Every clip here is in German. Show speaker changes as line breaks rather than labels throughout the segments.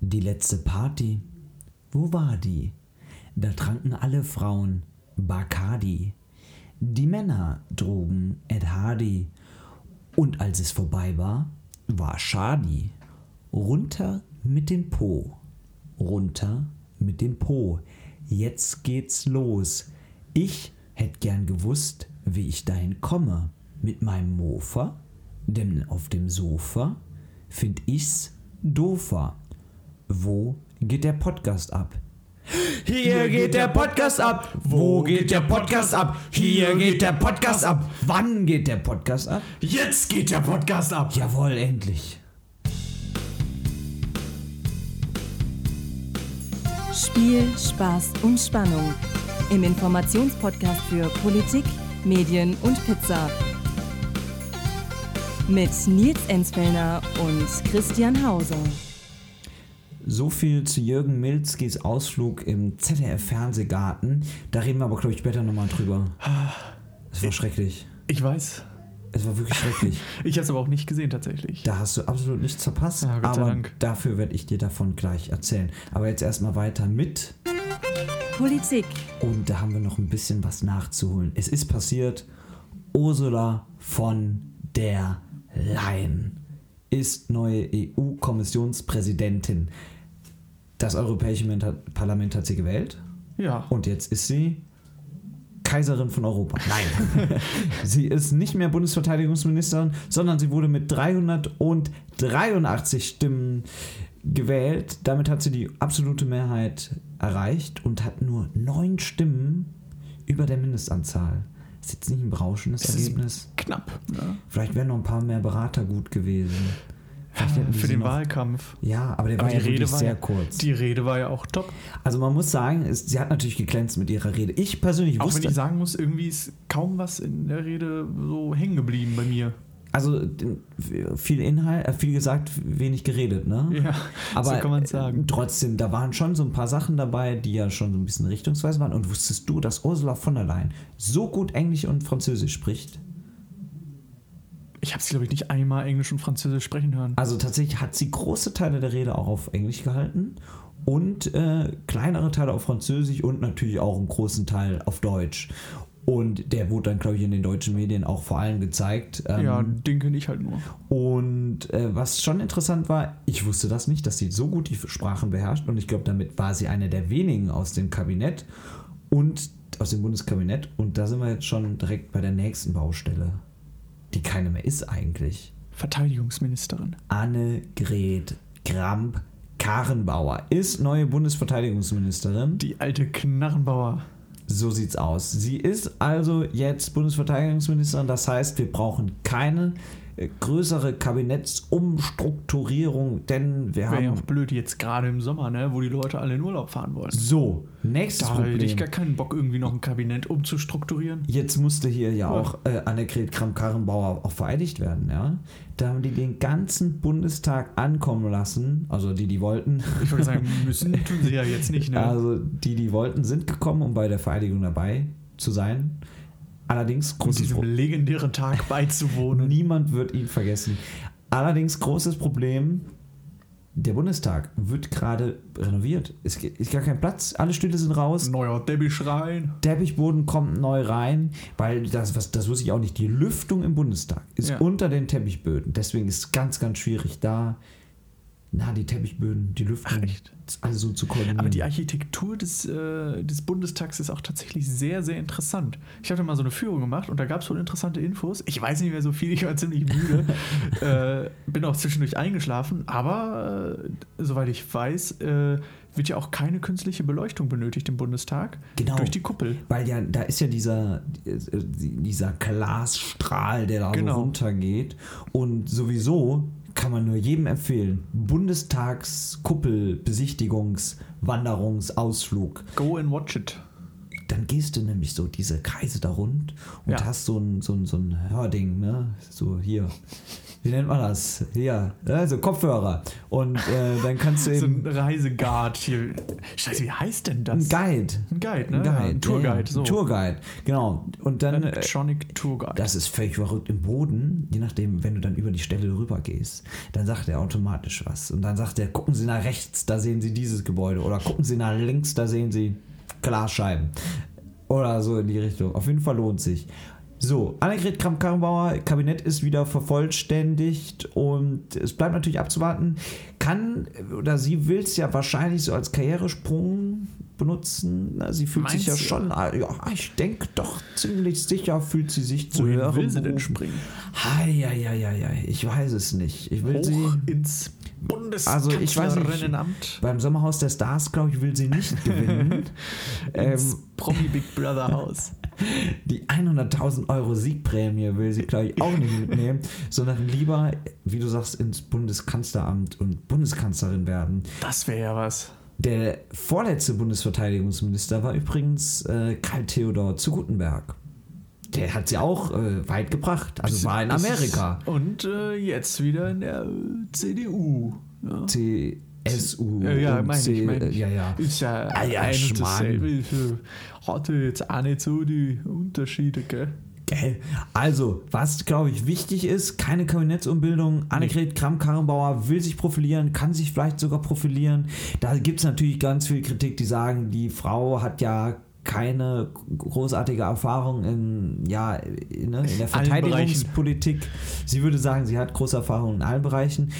Die letzte Party, wo war die? Da tranken alle Frauen Bacardi. Die Männer trugen Ed Hardy. Und als es vorbei war, war Schadi. Runter mit dem Po. Runter mit dem Po. Jetzt geht's los. Ich hätte gern gewusst, wie ich dahin komme. Mit meinem Mofa, denn auf dem Sofa find ich's doofer. Wo geht der Podcast ab? Hier geht der Podcast ab. Wo geht der Podcast ab? Hier geht der Podcast ab. Wann geht der Podcast ab?
Jetzt geht der Podcast ab.
Jawohl, endlich.
Spiel, Spaß und Spannung. Im Informationspodcast für Politik, Medien und Pizza. Mit Nils Enzfellner und Christian Hauser.
So viel zu Jürgen Milzkis Ausflug im ZDF-Fernsehgarten. Da reden wir aber, glaube ich, später nochmal drüber. Es war schrecklich.
Ich weiß.
Es war wirklich schrecklich.
Ich habe es aber auch nicht gesehen tatsächlich.
Da hast du absolut nichts verpasst.
Ja, Gott sei
aber
Dank.
dafür werde ich dir davon gleich erzählen. Aber jetzt erstmal weiter mit.
Politik,
Und da haben wir noch ein bisschen was nachzuholen. Es ist passiert. Ursula von der Leyen ist neue E EU-Kommissionspräsidentin. Das Europäische Ment- Parlament hat sie gewählt
Ja.
und jetzt ist sie Kaiserin von Europa. Nein, sie ist nicht mehr Bundesverteidigungsministerin, sondern sie wurde mit 383 Stimmen gewählt. Damit hat sie die absolute Mehrheit erreicht und hat nur neun Stimmen über der Mindestanzahl. Ist jetzt nicht ein berauschendes
Es ist-
Ergebnis.
Knapp. ne? Ja.
Vielleicht wären noch ein paar mehr Berater gut gewesen. Vielleicht hätten die
Für
sie
den
noch-
Wahlkampf.
Ja, aber der
Aber
war ja
die Rede
wirklich
war
sehr
ja-
kurz.
Die Rede war ja auch top.
also man muss sagen, es, sie hat natürlich geglänzt mit ihrer Rede. Ich persönlich
Auch wenn
wusste
ich sagen muss, irgendwie ist kaum was in der Rede so hängen geblieben bei mir.
Also den- viel Inhalt, äh, viel gesagt, wenig geredet, ne?
Ja,
Aber
so kann man sagen.
äh, trotzdem, da waren schon so ein paar Sachen dabei, die ja schon so ein bisschen richtungsweisend waren. Und wusstest du, dass Ursula von der Leyen so gut Englisch und Französisch spricht?
Ich habe sie, glaube ich, nicht einmal Englisch und Französisch sprechen hören.
Also tatsächlich hat sie große Teile der Rede auch auf Englisch gehalten und äh, kleinere Teile auf Französisch und natürlich auch einen großen Teil auf Deutsch. Und der wurde dann, glaube ich, in den deutschen Medien auch vor allem gezeigt. Ähm,
ja, den kenne ich halt nur.
Und äh, was schon interessant war, ich wusste das nicht, dass sie so gut die Sprachen beherrscht. Und ich glaube, damit war sie eine der wenigen aus dem Kabinett und aus dem Bundeskabinett. Und da sind wir jetzt schon direkt bei der nächsten Baustelle, die keine mehr ist eigentlich.
Verteidigungsministerin.
Annegret Kramp-Karrenbauer ist neue Bundesverteidigungsministerin.
Die alte Knarrenbauer.
So sieht's aus. Sie ist also jetzt Bundesverteidigungsministerin. Das heißt, wir brauchen keine äh, größere Kabinettsumstrukturierung, denn wir
Wäre ja auch
haben
blöd jetzt gerade im Sommer, ne, wo die Leute alle in Urlaub fahren wollen.
so nächstes
Da hätte ich
Problem.
gar keinen Bock, irgendwie noch ein Kabinett umzustrukturieren.
Jetzt musste hier ja auch äh, Annegret Kramp-Karrenbauer auch vereidigt werden, ja. Da haben die den ganzen Bundestag ankommen lassen, also die, die wollten.
Ich würde sagen, müssen tun sie ja jetzt nicht, ne?
Also die, die wollten, sind gekommen, um bei der Vereidigung dabei zu sein. Allerdings
um
großes
diesem
Pro-
legendären Tag beizuwohnen.
Niemand wird ihn vergessen. Allerdings großes Problem, der Bundestag wird gerade renoviert. Es ge- ist gar kein Platz, alle Stühle sind raus.
Neuer Debbie-Schrein.
Teppichboden kommt neu rein, weil das, was, das wusste ich auch nicht, die Lüftung im Bundestag ist
Ja.
unter den Teppichböden. Deswegen ist es ganz, ganz schwierig da, na, die Teppichböden, die Lüftung,
Ach, echt?
das alles so zu koordinieren.
Aber die Architektur des, äh, des Bundestags ist auch tatsächlich sehr, sehr interessant. Ich habe da mal so eine Führung gemacht und da gab es schon interessante Infos. Ich weiß nicht mehr so viel, ich war ziemlich müde. äh, bin auch zwischendurch eingeschlafen, aber äh, soweit ich weiß, äh, wird ja auch keine künstliche Beleuchtung benötigt im Bundestag.
Genau.
Durch die Kuppel.
Weil ja, da ist ja dieser, äh, dieser Glasstrahl, der da so
Genau.
runtergeht. Und sowieso kann man nur jedem empfehlen: Bundestagskuppel, Besichtigungs, Wanderungsausflug.
Go and watch it.
Dann gehst du nämlich so diese Kreise da rund und
Ja.
hast so ein, so ein, so ein Hörding, ne? So hier. Wie nennt man das? Ja, also Kopfhörer. Und äh, dann kannst du
So
eben.
ein Reiseguard hier. Scheiße, wie heißt denn
Ein
das?
Guide.
Ein Guide, ne?
Ein
Ja,
Guide.
ein Tourguide, so.
Tourguide, genau. Und dann. äh,
Electronic Tour Guide.
das ist völlig verrückt im Boden, je nachdem, wenn du dann über die Stelle rüber gehst, dann sagt er automatisch was. Und dann sagt er, gucken Sie nach rechts, da sehen Sie dieses Gebäude. Oder gucken Sie nach links, da sehen Sie Glasscheiben. Oder so in die Richtung. Auf jeden Fall lohnt sich. So, Annegret Kramp-Karrenbauer, Kabinett ist wieder vervollständigt und es bleibt natürlich abzuwarten. Kann oder sie will es ja wahrscheinlich so als Karrieresprung benutzen. Na, Sie fühlt sich
Meinst
ja
du?
schon, ah, ja, ich denke doch ziemlich sicher fühlt sie sich zu
Wohin
hören.
will sie denn springen?
Eieieiei, ich weiß es nicht. Ich will sie.
Hoch ins
Also ich weiß nicht.
Bundeskanzlerinnenamt.
Beim Sommerhaus der Stars, glaube ich, will sie nicht gewinnen.
ins
ähm,
Promi Big Brother Haus.
die 100.000 Euro Siegprämie will sie, glaube ich, auch nicht mitnehmen, sondern lieber, wie du sagst, ins Bundeskanzleramt und Bundeskanzlerin werden.
Das wäre ja was.
Der vorletzte Bundesverteidigungsminister war übrigens äh, Karl Theodor zu Gutenberg. Der hat sie auch äh, weit gebracht. Also war in
Das ist-
Amerika.
Und äh, jetzt wieder in der äh, CDU. Ja.
CSU.
Äh, ja,
und
meine
C-
ich, meine ich.
Ja, ja.
Ist ja
Ah ja,
ein und
Schmarrn.
dasselbe. Ich, äh, Hatte jetzt auch nicht so die Unterschiede, gell?
Gell? Also, was glaube ich wichtig ist, keine Kabinettsumbildung. Annegret Kramp-Karrenbauer will sich profilieren, kann sich vielleicht sogar profilieren. Da gibt es natürlich ganz viel Kritik, die sagen, die Frau hat ja keine großartige Erfahrung in, ja, ne, in der
Allen Bereichen.
Verteidigungspolitik. Sie würde sagen, sie hat große Erfahrung in allen Bereichen.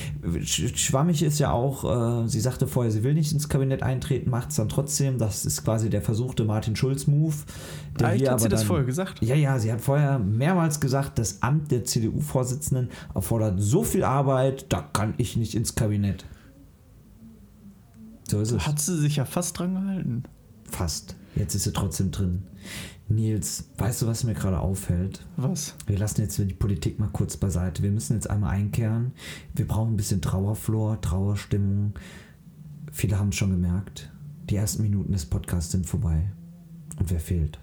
Sch Schwammig ist ja auch, äh, sie sagte vorher, sie will nicht ins Kabinett eintreten, macht es dann trotzdem. Das ist quasi der versuchte Martin Schulz-Move. der
Eigentlich
hier
Ah, hat sie
aber
das
dann-
vorher gesagt.
ja, ja, sie hat vorher mehrmals gesagt, das Amt der CDU-Vorsitzenden erfordert so viel Arbeit, da kann ich nicht ins Kabinett. So ist es.
Hat sie sich ja fast dran gehalten.
Fast. Jetzt ist sie trotzdem drin. Nils, weißt du, was mir gerade auffällt?
Was?
Wir lassen jetzt die Politik mal kurz beiseite. Wir müssen jetzt einmal einkehren. Wir brauchen ein bisschen Trauerflor, Trauerstimmung. Viele haben es schon gemerkt. Die ersten Minuten des Podcasts sind vorbei. Und wer fehlt?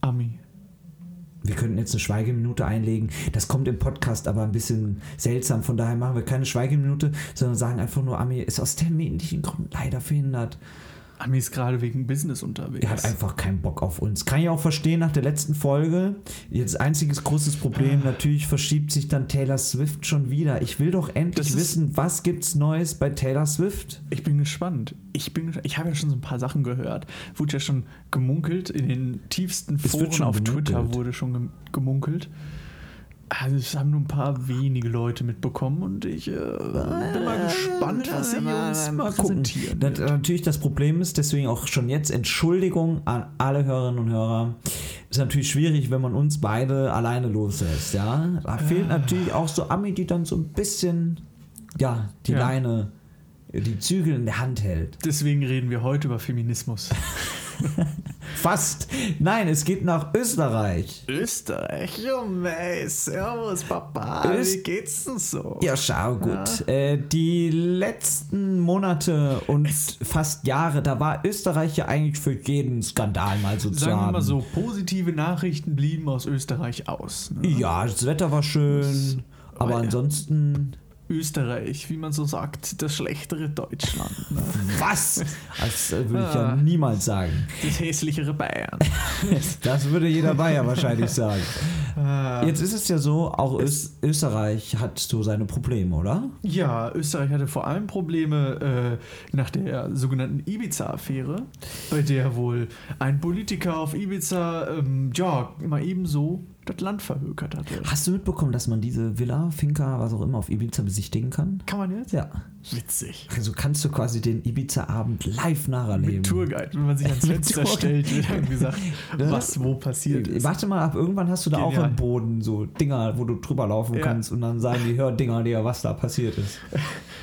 Ami.
Wir könnten jetzt eine Schweigeminute einlegen. Das kommt im Podcast aber ein bisschen seltsam. Von daher machen wir keine Schweigeminute, sondern sagen einfach nur, Ami ist aus terminlichen Gründen leider verhindert.
Ami ist gerade wegen Business unterwegs.
Er hat einfach keinen Bock auf uns. Kann ich auch verstehen nach der letzten Folge. Jetzt einziges großes Problem,
Ah.
natürlich verschiebt sich dann Taylor Swift schon wieder. Ich will doch
Das
endlich
ist-
wissen, was gibt's Neues bei Taylor Swift?
Ich bin gespannt. Ich bin, gesch- ich habe ja schon so ein paar Sachen gehört. Wurde ja schon gemunkelt in den tiefsten
Es
Foren
wird schon
auf Twitter
gemunkelt.
wurde schon gem- gemunkelt. Also es haben nur ein paar wenige Leute mitbekommen und ich äh, bin mal gespannt, was sie uns mal präsentieren.
Das, natürlich das Problem ist, deswegen auch schon jetzt Entschuldigung an alle Hörerinnen und Hörer. Ist natürlich schwierig, wenn man uns beide alleine loslässt, ja. Da fehlt natürlich auch so Ami, die dann so ein bisschen, ja, die
Ja.
Leine, die Zügel in der Hand hält.
Deswegen reden wir heute über Feminismus.
Fast. Nein, es geht nach Österreich.
Österreich, Junge, Servus, Papa,
Öst-
wie geht's denn so?
Ja, schau, gut. Äh, die letzten Monate und fast Jahre, da war Österreich ja eigentlich für jeden Skandal mal sozusagen.
Sagen wir mal so, positive Nachrichten blieben aus Österreich aus. Ne?
Ja, das Wetter war schön, aber ansonsten.
Österreich, wie man so sagt, das schlechtere Deutschland, ne?
Was? Das äh, würde ich ja
Ah.
niemals sagen.
das hässlichere Bayern.
Das würde jeder Bayer wahrscheinlich sagen.
Äh,
Jetzt ist es ja so, auch Ös Österreich hat so seine Probleme, oder?
ja, Österreich hatte vor allem Probleme äh, nach der sogenannten Ibiza-Affäre, bei der wohl ein Politiker auf Ibiza, ähm, ja, mal ebenso das Land verhökert hatte.
Hast du mitbekommen, dass man diese Villa, Finca, was auch immer auf Ibiza besichtigen kann?
Kann man jetzt?
Ja.
Witzig.
Also kannst du quasi den Ibiza-Abend live nacherleben.
Mit Tourguide, wenn man sich ans
Ähm, Mit
Fenster
Tourguide.
stellt, wird dann gesagt,
Ne?
was wo passiert
Äh,
ist.
Warte mal ab, irgendwann hast du da auch
Genial.
am Boden so Dinger, wo du drüber laufen
Ja.
kannst und dann sagen die, hör Dinger, Digga, was da passiert ist.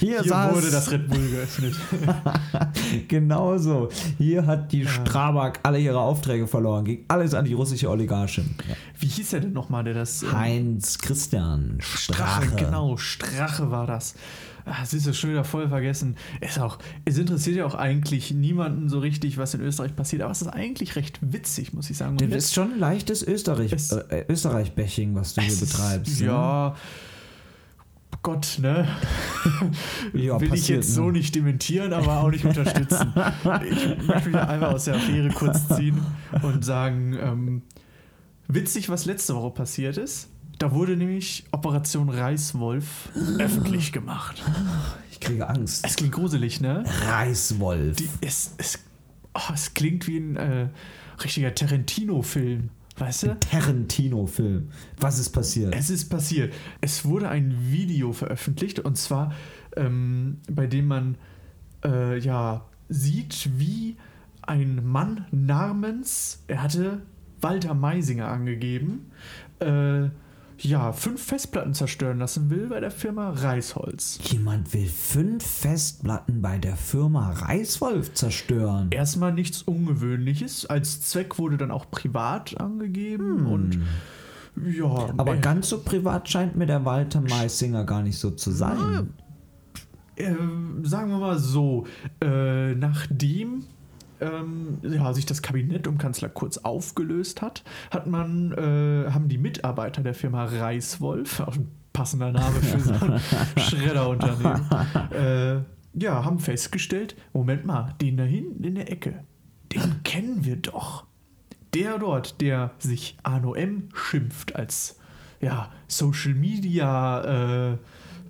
Hier,
Hier
saß-
wurde das Red Bull geöffnet.
Genau so. Hier hat die Strabag alle ihre Aufträge verloren. Ging alles an die russische Oligarchin.
Wie hieß er denn nochmal, der das... ähm,
Heinz Christian Strache.
Genau, Strache, genau, Strache war das. Ah, siehst du, schon wieder voll vergessen. Ist auch, es interessiert ja auch eigentlich niemanden so richtig, was in Österreich passiert. Aber es ist eigentlich recht witzig, muss ich sagen. Und
Das
jetzt-
ist schon ein leichtes Österreich,
Es-
äh, Österreich-Bashing, was du hier
es ist-
betreibst. ne?
Ja. Gott, ne?
Ja,
Will ich
passiert,
jetzt
ne?
so nicht dementieren, aber auch nicht unterstützen. ich möchte mich einfach aus der Affäre kurz ziehen und sagen, ähm, witzig, was letzte Woche passiert ist. Da wurde nämlich Operation Reißwolf öffentlich gemacht.
Ich kriege Angst.
Es klingt gruselig, ne?
Reißwolf.
Die, es, es, oh, es klingt wie ein äh, richtiger Tarantino-Film, weißt du?
Tarantino-Film. Was ist passiert?
Es ist passiert. Es wurde ein Video veröffentlicht und zwar, ähm, bei dem man äh, ja sieht, wie ein Mann namens, er hatte Walter Meisinger angegeben, äh, ja, fünf Festplatten zerstören lassen will bei der Firma Reisholz.
Jemand will fünf Festplatten bei der Firma Reißwolf zerstören.
Erstmal nichts Ungewöhnliches. Als Zweck wurde dann auch privat angegeben und ja.
Aber
äh,
ganz so privat scheint mir der Walter Meisinger gar nicht so zu sein.
Ähm, sagen wir mal so, äh, nachdem ähm, ja, sich das Kabinett um Kanzler Kurz aufgelöst hat, hat man, äh, haben die Mitarbeiter der Firma Reiswolf, auch ein passender Name für so ein Schredderunternehmen, äh, ja, haben festgestellt, Moment mal, den da hinten in der Ecke, den kennen wir doch. Der dort, der sich Arno M. schimpft als ja, Social Media äh,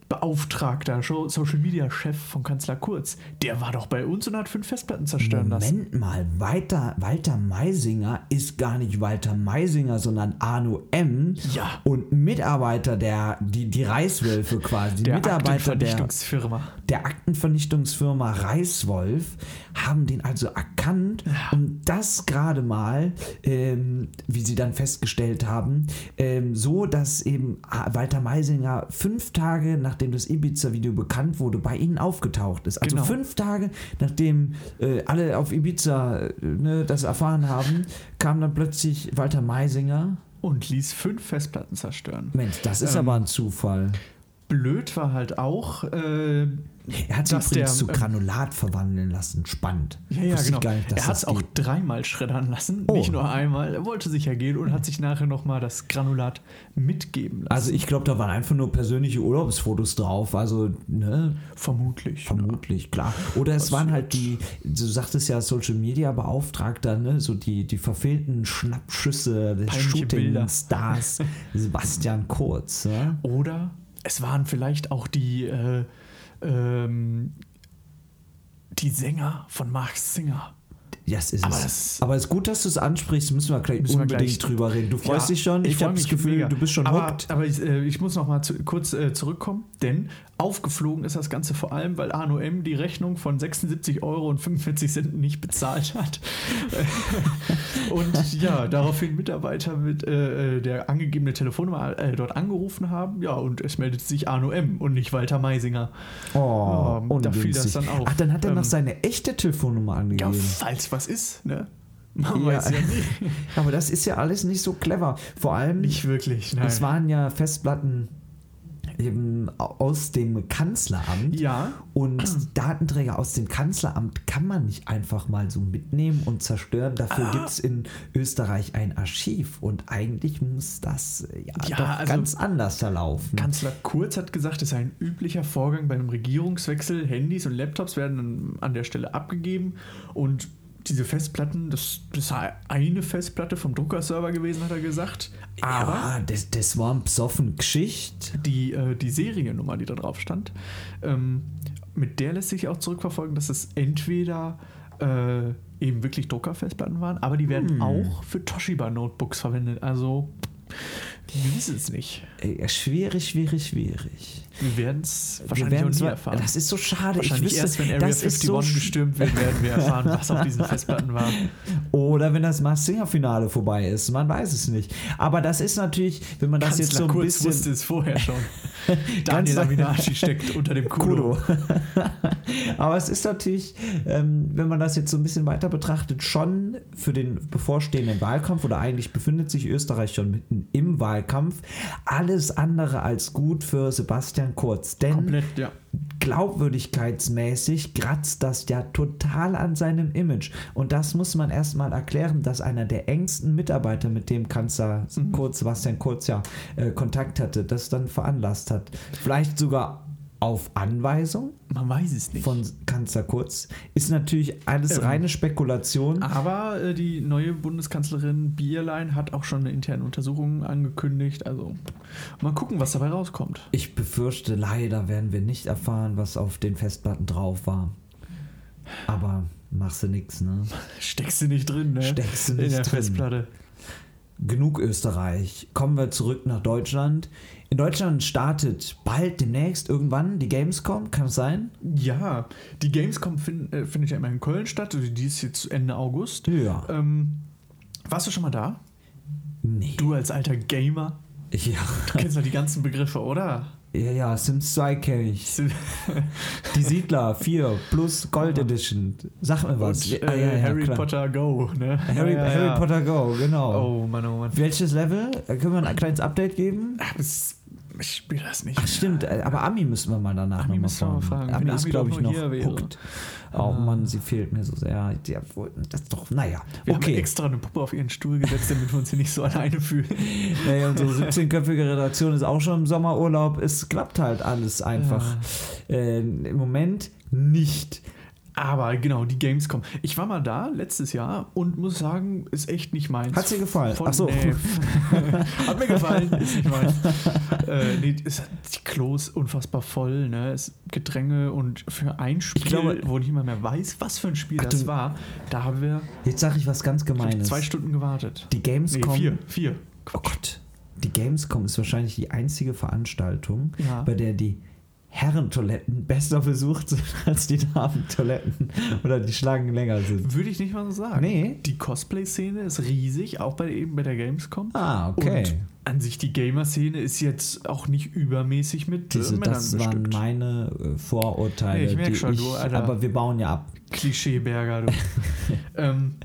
Beauftragter, Scho- Social Media Chef von Kanzler Kurz, der war doch bei uns und hat fünf Festplatten zerstören lassen.
Moment mal, Walter, Walter Meisinger ist gar nicht Walter Meisinger, sondern Arno M.
Ja.
Und Mitarbeiter der, die, die Reißwölfe quasi, die
Der
Mitarbeiter der,
Aktenvernichtungsfirma.
der Aktenvernichtungsfirma Reißwolf haben den also erkannt und das gerade mal, ähm, wie sie dann festgestellt haben, ähm, so, dass eben A- Walter Meisinger fünf Tage nachdem das Ibiza-Video bekannt wurde, bei ihnen aufgetaucht ist. Also
Genau.
fünf Tage nachdem äh, alle auf Ibiza äh, ne, das erfahren haben, kam dann plötzlich Walter Meisinger.
und ließ fünf Festplatten zerstören.
Mensch, das ist aber ein Zufall.
Blöd war halt auch, äh,
Er hat sich übrigens
dass der,
zu
ähm,
Granulat verwandeln lassen. Spannend.
ja, ja,
Wusste ich
genau.
gar nicht, dass
er hat es
das
auch
geht.
dreimal schreddern lassen,
Oh.
nicht nur einmal. Er wollte sicher gehen und hat sich nachher nochmal das Granulat mitgeben lassen.
Also ich glaube, da waren einfach nur persönliche Urlaubsfotos drauf. Also, ne,
Vermutlich.
vermutlich, klar. Oder es waren halt die, du sagtest ja Social Media Beauftragter, ne, so die, die verfehlten Schnappschüsse des
Peinliche Bilder.
Shooting-Stars Sebastian Kurz. Ne?
Oder es waren vielleicht auch die, äh, ähm, die Sänger von Mark Singer.
Yes, ist
Aber
es.
das-
Aber es ist gut, dass du es ansprichst, müssen wir gleich
Müssen wir
unbedingt
gleich-
drüber reden. Du freust
Ja,
dich schon? Ich,
freu
habe das
mich
Gefühl,
mega.
du bist schon
Aber,
hooked.
aber ich, äh, ich muss noch mal zu, kurz äh, zurückkommen, denn aufgeflogen ist das Ganze vor allem, weil Arno M. die Rechnung von 76 Euro und 45 Cent nicht bezahlt hat. und ja, daraufhin Mitarbeiter mit äh, äh, der angegebene Telefonnummer äh, dort angerufen haben. Ja, und es meldete sich Arno M. und nicht Walter Meisinger.
Oh,
Ähm, da fiel das
ungünstig.
dann auf.
Ach, dann hat er noch
Ähm,
seine echte Telefonnummer
Ja,
angegeben.
falls was ist, ne? Man
Ja.
weiß ja nie.
Aber das ist ja alles nicht so clever. Vor allem,
Nicht wirklich, nein.
es waren ja Festplatten eben aus dem Kanzleramt.
ja,
Und Datenträger aus dem Kanzleramt kann man nicht einfach mal so mitnehmen und zerstören. Dafür
Ah.
gibt's gibt es in Österreich ein Archiv. Und eigentlich muss das äh, ja,
Ja,
doch
also-
ganz anders verlaufen.
Kanzler Kurz hat gesagt, es sei ein üblicher Vorgang bei einem Regierungswechsel. Handys und Laptops werden an der Stelle abgegeben und diese Festplatten, das, das sei eine Festplatte vom Druckerserver gewesen, hat er gesagt. Aber
Aber das, das war ein psoffen Geschicht.
die, äh, die Seriennummer, die da drauf stand, ähm, mit der lässt sich auch zurückverfolgen, dass es entweder äh, eben wirklich Druckerfestplatten waren, aber die
Hm.
werden auch für Toshiba-Notebooks verwendet. Also, wir wissen es nicht.
Äh, Schwierig, schwierig, schwierig.
Wir werden es
Wir
wahrscheinlich auch
werden
nie
zwar-
erfahren.
Das ist so schade. Ich
Wahrscheinlich
wüsste,
erst, wenn Area
das ist
51
so sch-
gestürmt wird, werden wir erfahren, was auf diesen Festplatten war.
Oder wenn das Mars Singer Finale vorbei ist, man weiß es nicht. Aber das ist natürlich, wenn man das
Kanzler
jetzt so ein
Kurz
bisschen
wusste es vorher schon.
Ganz-
Daniel Aminati steckt unter dem Kudo.
Kudo. Aber es ist natürlich, ähm, wenn man das jetzt so ein bisschen weiter betrachtet, schon für den bevorstehenden Wahlkampf oder eigentlich befindet sich Österreich schon mitten im Wahlkampf, alles andere als gut für Sebastian Kurz. Denn
Komplett, ja.
glaubwürdigkeitsmäßig kratzt das ja total an seinem Image. Und das muss man erstmal erklären, dass einer der engsten Mitarbeiter, mit dem Kanzler Kurz, Sebastian Kurz ja äh, Kontakt hatte, das dann veranlasst hat. Vielleicht sogar auf Anweisung
Man weiß es nicht.
von Kanzler Kurz. Ist natürlich alles
Ähm.
reine Spekulation.
aber äh, die neue Bundeskanzlerin Bierlein hat auch schon eine interne Untersuchung angekündigt. Also mal gucken, was dabei rauskommt.
Ich befürchte, leider werden wir nicht erfahren, was auf den Festplatten drauf war. Aber machst du nix, ne?
Steckst du nicht drin, ne?
Steckst du
In
nicht
der
drin.
Festplatte.
Genug Österreich. Kommen wir zurück nach Deutschland. In Deutschland startet bald demnächst irgendwann die Gamescom, kann es sein?
Ja, die Gamescom fin äh, findet ja immer in Köln statt. Also Die ist jetzt Ende August.
Ja.
Ähm, warst du schon mal da?
Nee.
Du als alter Gamer
Ja,
kennst ja die ganzen Begriffe, oder?
ja, ja Sims 2 kenne ich. Die Siedler 4 plus Gold Edition. Sag mir was.
Und, äh,
Ah, ja, ja,
Harry
klar.
Potter Go, ne?
Harry,
Ja, ja,
Harry
ja.
Potter Go, genau.
Oh Mann, oh Mann.
Welches Level? Äh, Können wir ein kleines Update geben?
Ach, das- Ich spiele das nicht.
Ach stimmt, äh, aber Ami müssen wir mal danach
Ami
nochmal
müssen wir mal
fragen.
fragen,
Ami
wenn
ist,
Ami
glaube
doch
ich,
nur
noch
hier wäre. Ah.
hooked. Oh Mann, sie fehlt mir so sehr. Die, obwohl, das ist doch, naja.
Wir haben
okay.
extra eine Puppe auf ihren Stuhl gesetzt, damit wir uns hier nicht so alleine fühlen.
Naja, unsere 17-köpfige Redaktion ist auch schon im Sommerurlaub. Es klappt halt alles einfach. Äh, Im Moment nicht.
Aber genau, die Gamescom. Ich war mal da letztes Jahr und muss sagen, ist echt nicht meins.
Hat's dir gefallen?
Von,
Ach so.
Nee. Hat mir gefallen, ist nicht meins. äh, nee, es hat die Klos unfassbar voll, ne? Es Gedränge und für ein Spiel,
glaube-
wo nicht mal mehr weiß, was für ein Spiel
Ach,
das
du-
war, da haben wir
Jetzt sage ich was ganz Gemeines.
zwei Stunden gewartet.
Die Gamescom.
Nee, vier, vier.
Oh Gott. Die Gamescom ist wahrscheinlich die einzige Veranstaltung,
Ja.
bei der die Herrentoiletten besser besucht sind als die Damentoiletten oder die Schlangen länger sind.
Würde ich nicht mal so sagen.
Nee.
Die Cosplay-Szene ist riesig, auch bei, eben bei der Gamescom.
Ah, okay.
Und an sich die Gamer-Szene ist jetzt auch nicht übermäßig mit äh,
Diese,
Männern
das waren
bestückt.
meine äh, Vorurteile.
Nee, ich merk
die
schon, du, Alter.
aber wir bauen ja ab.
Klischeeberger, du. ähm,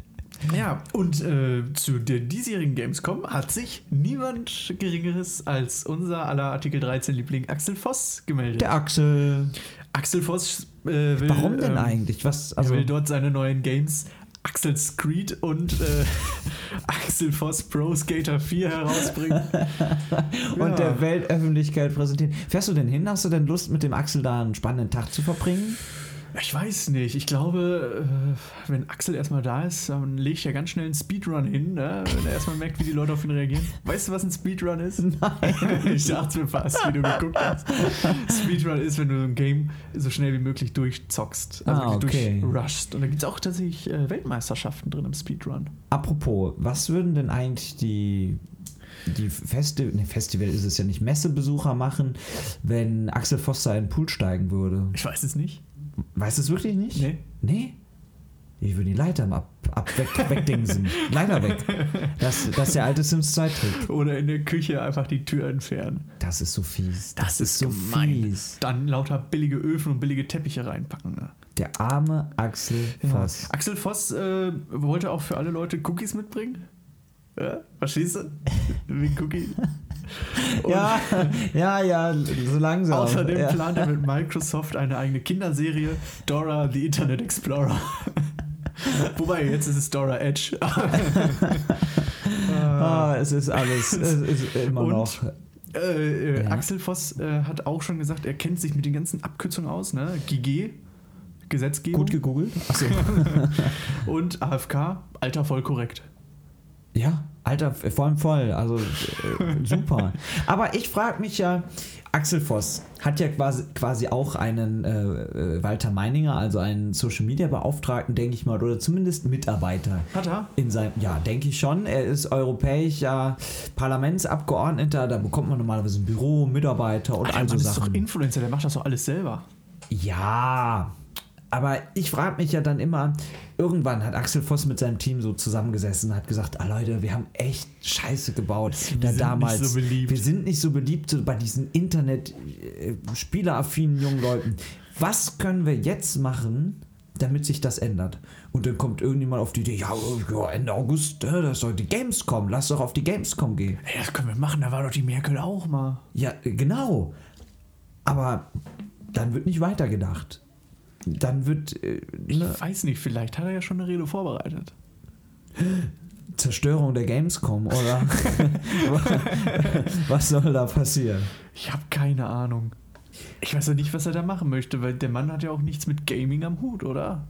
ja, und äh, zu der diesjährigen Gamescom hat sich niemand Geringeres als unser aller Artikel 13-Liebling Axel Voss gemeldet.
Der Axel.
Axel Voss äh, will.
Warum denn
ähm,
eigentlich? Was,
Er
also,
will dort seine neuen Games Axel's Creed und äh, Axel Voss Pro Skater 4 herausbringen.
und
Ja.
der Weltöffentlichkeit präsentieren. Fährst du denn hin? Hast du denn Lust, mit dem Axel da einen spannenden Tag zu verbringen?
Ich weiß nicht. Ich glaube, äh, wenn Axel erstmal da ist, dann legt er ganz schnell einen Speedrun hin, ne? wenn er erstmal merkt, wie die Leute auf ihn reagieren. Weißt du, was ein Speedrun ist? Nein. Ich dachte mir fast, wie du geguckt hast. Speedrun ist, wenn du ein Game so schnell wie möglich durchzockst. Also
Ah,
wirklich
okay.
durchrushst. Und da gibt es auch tatsächlich äh, Weltmeisterschaften drin im Speedrun.
Apropos, was würden denn eigentlich die, die Festi nee, Festival ist es ja nicht, Messebesucher machen, wenn Axel Foster in den Pool steigen würde?
Ich weiß es nicht.
Weißt du es wirklich nicht?
Nee.
Nee? Ich würde die Leiter ab, ab weg, wegdingsen. Leiter weg. Das, das ist der alte Sims 2-Trick.
Oder in der Küche einfach die Tür entfernen.
Das ist so fies.
Das ist
so
gemein.
fies.
Dann lauter billige Öfen und billige Teppiche reinpacken. Ne?
Der arme Axel Voss.
Axel Voss äh, wollte auch für alle Leute Cookies mitbringen. Ja, verstehst du? Wie ein Cookie. Und
Ja, ja, ja, so langsam.
Außerdem
ja.
plant er mit Microsoft eine eigene Kinderserie, Dora the Internet Explorer. Wobei, jetzt ist es Dora Edge.
Ah, es ist alles, es ist immer
Und?
noch.
äh, äh,
Ja.
Axel Voss äh, hat auch schon gesagt, er kennt sich mit den ganzen Abkürzungen aus, ne? GG, Gesetzgebung
Gut gegoogelt? Achso.
und AFK, Alter voll korrekt.
Ja, Alter, vor allem voll. Also äh, super. Aber ich frage mich ja, Axel Voss hat ja quasi, quasi auch einen äh, äh, Walter Meininger, also einen Social Media Beauftragten, denke ich mal, oder zumindest Mitarbeiter.
Hat er?
In seinem, ja, denke ich schon. Er ist europäischer Parlamentsabgeordneter, da bekommt man normalerweise ein Büro, Mitarbeiter und
Alter,
all so
Mann, das ist doch
Sachen.
Influencer, der macht das doch alles selber.
Ja, Aber ich frage mich ja dann immer, irgendwann hat Axel Voss mit seinem Team so zusammengesessen und hat gesagt, ah Leute, wir haben echt Scheiße gebaut. da
sind
damals.
nicht so beliebt."
Wir sind nicht so beliebt so bei diesen Internet-Spieleraffinen jungen Leuten. Was können wir jetzt machen, damit sich das ändert? Und dann kommt irgendjemand auf die Idee, ja, ja Ende August, äh, das soll die Gamescom, lass doch auf die Gamescom gehen.
Ey, das können wir machen, da war doch die Merkel auch mal.
Ja, genau. Aber dann wird nicht weitergedacht. Dann wird äh,
Ich
ne,
weiß nicht, vielleicht hat er ja schon eine Rede vorbereitet.
Zerstörung der Gamescom oder was soll da passieren?
Ich habe keine Ahnung. Ich weiß ja nicht, was er da machen möchte, weil der Mann hat ja auch nichts mit Gaming am Hut, oder?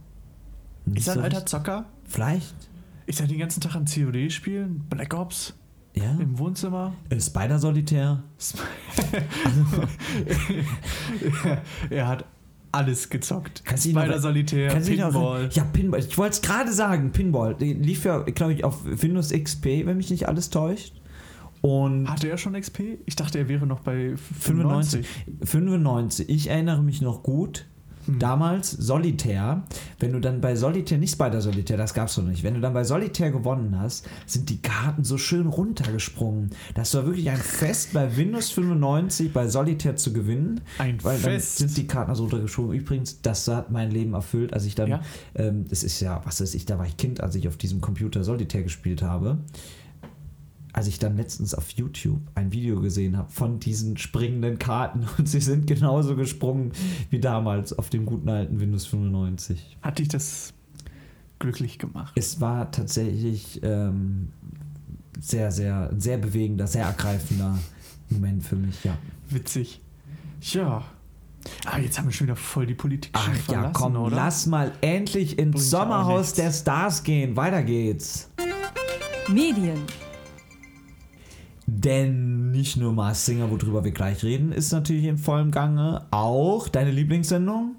Ist
Nicht
er ein
so
alter
richtig.
Zocker?
Vielleicht?
Ist er den ganzen Tag am COD spielen? Black Ops?
Ja. Also-
Im Wohnzimmer?
Äh, Spider-Solitär?
er hat alles gezockt.
Kannst du ihn noch-
Spider Solitär,
Kannst du dich noch-
Pinball.
ne? Ja, Pinball. Ich wollte es gerade sagen, Pinball. Die Lief ja, glaube ich, auf Windows XP, wenn mich nicht alles täuscht. Und
Hatte er schon XP? Ich dachte, er wäre noch bei
95.
95.
95. Ich erinnere mich noch gut. Damals Solitär, wenn du dann bei Solitär, nicht Spider-Solitär, das gab's noch nicht, wenn du dann bei Solitär gewonnen hast, sind die Karten so schön runtergesprungen. Das war wirklich ein Fest bei Windows 95 bei Solitär zu gewinnen.
Ein
weil
Fest.
Dann sind die Karten so runtergesprungen. Übrigens, das hat mein Leben erfüllt, als ich dann,
Ja.
ähm, das ist ja, was weiß ich, da war ich Kind, als ich auf diesem Computer Solitär gespielt habe als ich dann letztens auf YouTube ein Video gesehen habe von diesen springenden Karten und sie sind genauso gesprungen wie damals auf dem guten alten Windows 95.
Hat dich das glücklich gemacht?
Es war tatsächlich ähm, sehr, sehr, ein sehr bewegender, sehr ergreifender Moment für mich, ja.
Witzig. Ja. Aber jetzt haben wir schon wieder voll die Politik schon
Ach ja,
verlassen,
komm,
oder?
lass mal endlich
Bringt
ins
ja auch
Sommerhaus
nichts.
der Stars gehen. Weiter geht's.
Medien,
Denn nicht nur Mars Singer, worüber wir gleich reden, ist natürlich in vollem Gange. Auch deine Lieblingssendung?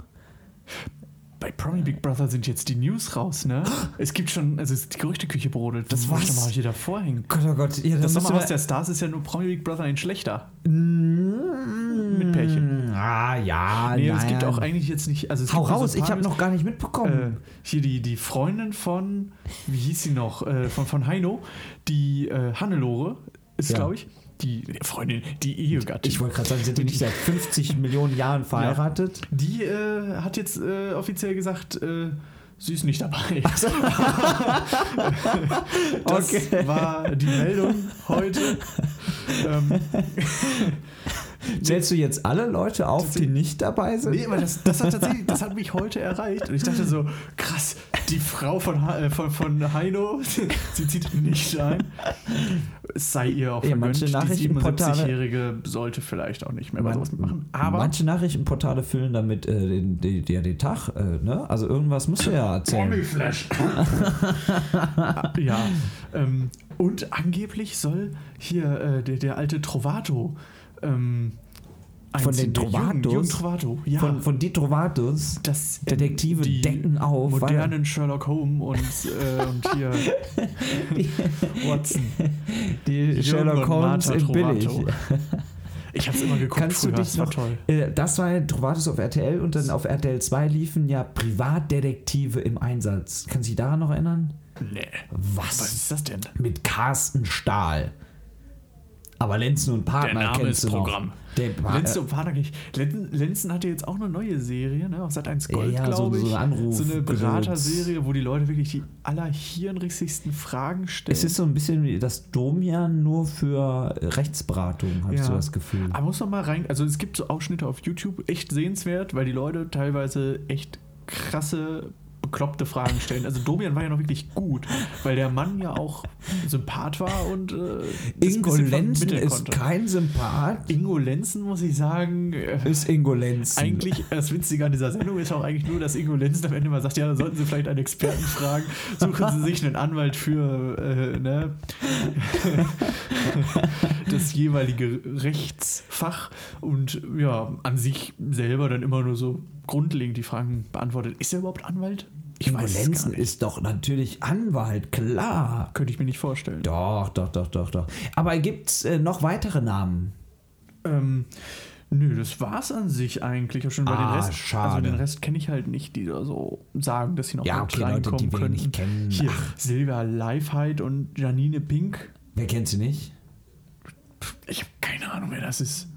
Bei Promi Big Brother sind jetzt die News raus, ne? Es gibt schon, also es- die Gerüchteküche brodelt. Das
Was?
wollte ich mal hier davor hängen.
Gott, oh Gott. Ja,
Das
müssen wir-
Sommerhaus der Stars ist ja nur Promi Big Brother ein schlechter.
Mit
Mm. Pärchen.
Ah, ja.
Nee,
nein.
es gibt auch eigentlich jetzt nicht. Also es
Hau
gibt nur so
raus,
ein
ich
paar
habe
News.
noch gar nicht
Äh,
mitbekommen.
hier die, die Freundin von, wie hieß sie noch, äh, von, von Heino, die äh, Hannelore ist,
Ja.
glaube ich, die Freundin, die Ehegattin.
ich wollte gerade sagen, sind die nicht seit 50 Millionen Jahren verheiratet?
Die äh, hat jetzt äh, offiziell gesagt, äh, sie ist nicht dabei. das
Okay.
war die Meldung heute. ähm,
Zählst du jetzt alle Leute auf, die nicht dabei sind?
nee, aber das, das hat tatsächlich, das hat mich heute erreicht. Und ich dachte so, krass, die Frau von, Ha- äh, von, von Heino, sie zieht nicht ein. Es sei ihr auch
Ja, manche
die
Nachrichtenportale-
77-Jährige sollte vielleicht auch nicht mehr bei
Man-
sowas mitmachen. Aber
Manche Nachrichtenportale füllen damit äh, den, den, ja, den Tag, äh, ne? Also irgendwas musst du ja erzählen.
Flash. ja. Ähm, und angeblich soll hier äh, der, der alte Trovato. Ähm,
Von den
einziehen, der jungen-
Trovatos?
jungen Trovato, ja.
Von, von die Trovatos,
das, äh,
Detektive
die
decken auf, weil-
Modernen Sherlock Holmes und, äh, und hier Watson.
die Sherlock
Jürgen und
Holmes
Martha
in Billig.
Trovato. Ich hab's immer geguckt
Kannst du
früher,
dich
das war
noch,
toll.
Äh, das war Trovatus auf RTL und dann auf RTL 2 liefen ja Privatdetektive im Einsatz. Kannst du dich daran noch erinnern?
Nee.
Was?
Was ist das denn?
Mit Carsten Stahl. Aber Lenzen und Partner
Der Name
kennst
ist
du noch.
Programm.
Der war,
Lenzen und Partner nicht. Len- Lenzen hatte jetzt auch eine neue Serie, ne? Auf Sat 1 Gold,
Ja, ja, so-
glaube ich.
so eine Anruf- äh,
so eine
Gedöns.
Beraterserie, wo die Leute wirklich die allerhirnrissigsten Fragen stellen.
es ist so ein bisschen wie das Domian nur für Rechtsberatung, habe ich so das Gefühl.
Aber muss man mal rein. Also es gibt so Ausschnitte auf YouTube, echt sehenswert, weil die Leute teilweise echt krasse bekloppte Fragen stellen. Also Domian war ja noch wirklich gut, weil der Mann ja auch Sympath war und äh, das ein
Ingo
bisschen
Lenzen
vermitteln
ist kein Sympath.
Ingo Lenzen muss ich sagen, äh,
Ist Ingo Lenzen.
Eigentlich, das Witzige an dieser Sendung ist auch eigentlich nur, dass Ingo Lenz am Ende mal sagt, ja, sollten Sie vielleicht einen Experten fragen, suchen Sie sich einen Anwalt für äh, ne, das jeweilige Rechtsfach und ja, an sich selber dann immer nur so grundlegend die Fragen beantwortet. Ist er überhaupt Anwalt? Ich
Ingo
weiß es gar
Lenzen
nicht.
ist doch natürlich Anwalt, klar.
Könnte ich mir nicht vorstellen.
Doch, doch, doch, doch, doch. Aber gibt es äh, noch weitere Namen?
Ähm, Nö, das war's an sich eigentlich. auch Schon bei
Ah,
den Rest, Also
schade.
den Rest kenne ich halt nicht, die da so sagen, dass sie noch
Ja,
mit
okay, Leute, die
reinkommen
wir
können.
nicht kennen.
Hier,
Ach.
Silvia Leifheit und Janine Pink.
Wer kennt sie nicht?
Ich habe keine Ahnung, wer das ist.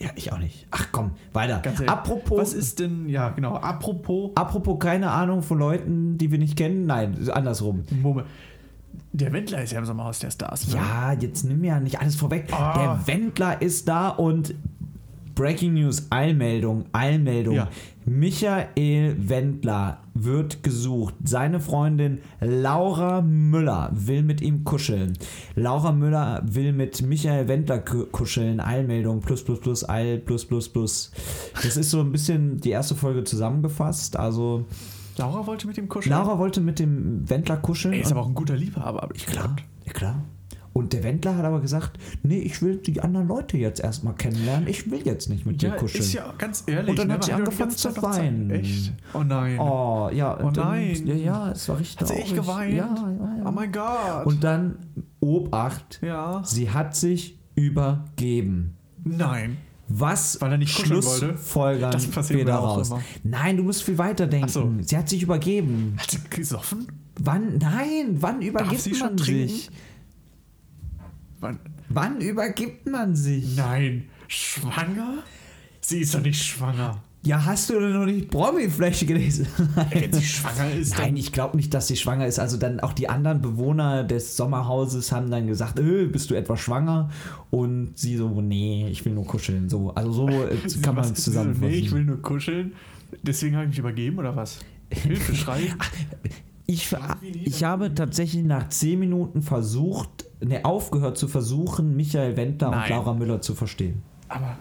Ja, ich auch nicht. Ach komm, weiter.
Ganz ehrlich.
apropos,
Was ist denn, ja, genau, apropos.
apropos keine Ahnung von Leuten, die wir nicht kennen. Nein, andersrum.
Moment. Der Wendler ist ja im Sommerhaus der Stars. Ne?
Ja, jetzt nimm ja nicht alles vorweg.
Ah.
Der Wendler ist da und Breaking News, Eilmeldung, Eilmeldung.
Ja.
Michael Wendler wird gesucht. Seine Freundin Laura Müller will mit ihm kuscheln. Laura Müller will mit Michael Wendler ku- kuscheln. Eilmeldung, plus, plus, plus, Eil, plus, plus, plus. Das ist so ein bisschen die erste Folge zusammengefasst. Also,
Laura wollte mit ihm kuscheln.
Laura wollte mit dem Wendler kuscheln.
er
und-
ist aber auch ein guter Liebhaber, habe ich
Klar,
gelernt.
ja, klar. Und der Wendler hat aber gesagt, nee, ich will die anderen Leute jetzt erstmal kennenlernen. Ich will jetzt nicht mit dir kuscheln.
ist ja ganz ehrlich.
Und dann
ne,
hat sie
wir haben
angefangen
jetzt
zu
einfach Zeit.
weinen.
Echt? Oh nein.
oh, ja.
Oh
und dann-
nein.
Ja, ja, es war richtig
Hat sie echt
traurig.
geweint?
Ja, ja, ja.
Oh mein Gott.
und dann, Obacht,
ja.
sie hat sich übergeben.
Nein.
Was
Weil er nicht kuscheln wollte?
Schlussfolgern
Das passiert
wir
mir auch
daraus?
immer.
Nein, du musst viel weiterdenken.
Ach so.
Sie hat sich übergeben.
Hat sie gesoffen?
Wann? Nein, wann übergibt
sie schon
man
trinken?
sich?
Wann?
Wann übergibt man sich?
Nein. Schwanger? Sie ist doch nicht schwanger.
Ja, hast du denn noch nicht Promifläche gelesen?
Wenn sie schwanger ist,
Nein, ich glaube nicht, dass sie schwanger ist. Also dann auch die anderen Bewohner des Sommerhauses haben dann gesagt, öh, bist du etwa schwanger? Und sie so, nee, ich will nur kuscheln. So, also so äh,
dann
kann
Was
man es
ist sie so?
zusammenfassen.
Nee, ich will nur kuscheln. Deswegen habe ich mich übergeben, oder was? Hilfe, schrei.
Ich, ich habe tatsächlich nach zehn Minuten versucht, ne, aufgehört zu versuchen, Michael Wendler und
Nein.
Laura Müller zu verstehen.
Aber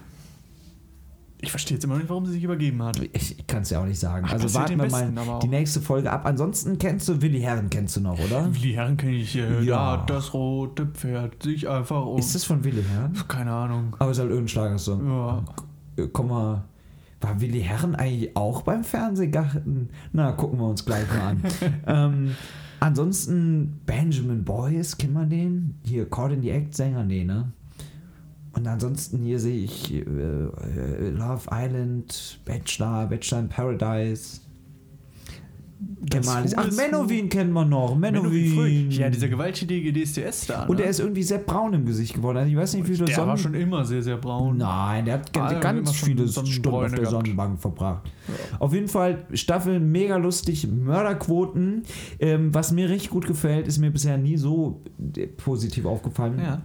ich verstehe jetzt immer noch nicht, warum sie sich übergeben hat.
Ich, ich kann es ja auch nicht sagen. also
passiert
warten
den
wir
Besten, aber
mal
auch.
die nächste Folge ab. Ansonsten kennst du Willi Herren, kennst du noch, oder?
Wie die Herren kenne ich hier.
Ja.
Ja. Da hat das rote Pferd sich einfach um.
Ist das von Willi Herren?
Keine Ahnung.
Aber es ist halt irgendein Schlagersong.
Ja.
Äh, Komm mal. War Willi Herren eigentlich auch beim Fernsehgarten? Na, gucken wir uns gleich mal an. ähm, ansonsten Benjamin Boyce, kennt man den? Hier, Cord in the Act, Sänger, nee, ne? Und ansonsten hier sehe ich äh, äh, Love Island, Bachelor, Bachelor in Paradise.
Das
Kemal ist,
Who
ach,
is Who.
Menowin kennt man noch.
Menowin
Menowin.
Früh. Ja, dieser gewalttätige DSDS da.
Und
ne?
er ist irgendwie sehr braun im Gesicht geworden. Also ich weiß nicht, wie viel
Der
Sonnen-
war schon immer sehr, sehr braun.
Nein, der hat ganz,
Ah, der hat immer
ganz
schon
viele
Sonnenbräune
Stunden auf der
gehabt.
Sonnenbank verbracht. Auf jeden Fall Staffel mega lustig, Mörderquoten. Ähm, was mir richtig gut gefällt, ist mir bisher nie so äh, positiv aufgefallen.
Ja.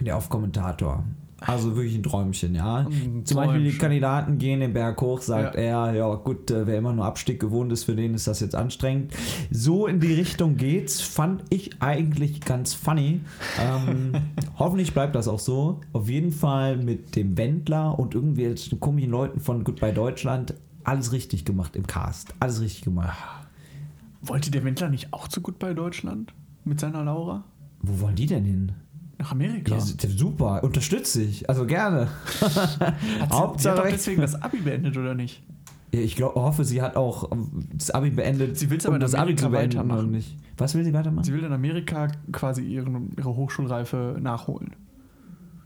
Der Aufkommentator. Also wirklich ein Träumchen, ja.
Ein
Zum Beispiel die
Träumchen.
Kandidaten gehen den Berg hoch, sagt er, ja gut, äh, wer immer nur Abstieg gewohnt ist, für den ist das jetzt anstrengend. So in die Richtung geht's, fand ich eigentlich ganz funny. Ähm, hoffentlich bleibt das auch so. Auf jeden Fall mit dem Wendler und irgendwie jetzt den komischen Leuten von Goodbye Deutschland alles richtig gemacht im Cast. Alles richtig gemacht.
Wollte der Wendler nicht auch zu gut bei Deutschland? Mit seiner Laura?
Wo wollen die denn hin?
Nach Amerika.
Ja, super, unterstütze ich. Also gerne.
Hat sie, sie
Hauptsache
hat doch
recht.
deswegen das Abi beendet, oder nicht?
Ja, ich glaub, hoffe, sie hat auch ähm, das Abi beendet.
Sie will's aber in
das Abi
Amerika
zu beenden
weitermachen.
und Nicht. Was will sie weitermachen?
Sie will in Amerika quasi ihren, ihre Hochschulreife nachholen.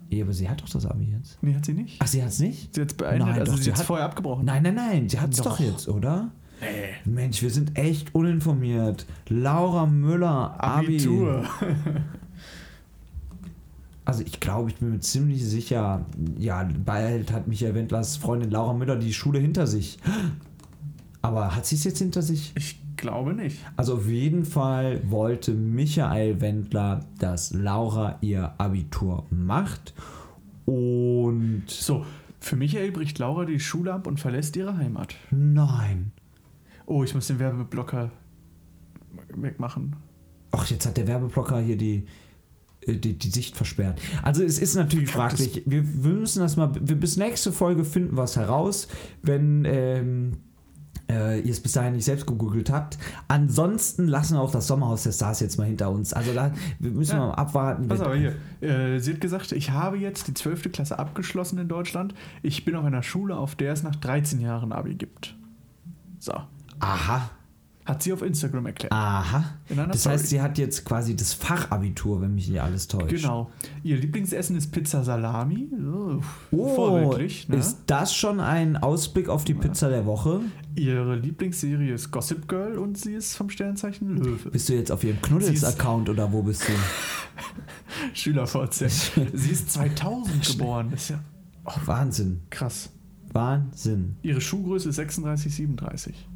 ja, aber sie hat doch das Abi jetzt.
Nee, hat sie nicht.
Ach, sie hat's nicht?
Sie hat es beendet,
Nein,
also
doch,
sie,
sie
hat es
hat-
vorher abgebrochen.
Nein, nein, nein, sie hat's doch,
Doch.
jetzt, oder?
Nee.
Mensch, wir sind echt uninformiert. Laura Müller, Abi.
Abitur.
Also ich glaube, ich bin mir ziemlich sicher, ja, bald hat Michael Wendlers Freundin Laura Müller die Schule hinter sich. Aber hat sie es jetzt hinter sich?
Ich glaube nicht.
Also auf jeden Fall wollte Michael Wendler, dass Laura ihr Abitur macht. Und
So, für Michael bricht Laura die Schule ab und verlässt ihre Heimat.
nein.
Oh, ich muss den Werbeblocker wegmachen.
Ach, jetzt hat der Werbeblocker hier die, äh, die, die Sicht versperrt. Also es ist natürlich fraglich. Wir, wir müssen das mal, wir bis nächste Folge finden wir es heraus, wenn ähm, äh, ihr es bis dahin nicht selbst gegoogelt habt. Ansonsten lassen wir auch das Sommerhaus der Stars jetzt mal hinter uns. Also da wir müssen wir
Ja.
mal abwarten.
Pass aber hier. Äh, sie hat gesagt, ich habe jetzt die 12. Klasse abgeschlossen in Deutschland. Ich bin auf einer Schule, auf der es nach 13 Jahren Abi gibt. So.
Aha.
Hat sie auf Instagram erklärt.
Aha.
In einer
Das
Story.
heißt, sie hat jetzt quasi das Fachabitur, wenn mich nicht alles täuscht.
Genau. Ihr Lieblingsessen ist Pizza Salami. So,
Oh,
vorbildlich. Ne?
ist das schon ein Ausblick auf die Pizza der Woche?
Ihre Lieblingsserie ist Gossip Girl und sie ist vom Sternzeichen Löwe.
Bist du jetzt auf ihrem Knuddels-Account oder wo bist du?
Schüler VZ. sie ist 2000 geboren. Das ist ja
Oh, Wahnsinn.
krass.
Wahnsinn.
Ihre Schuhgröße ist 36, 37.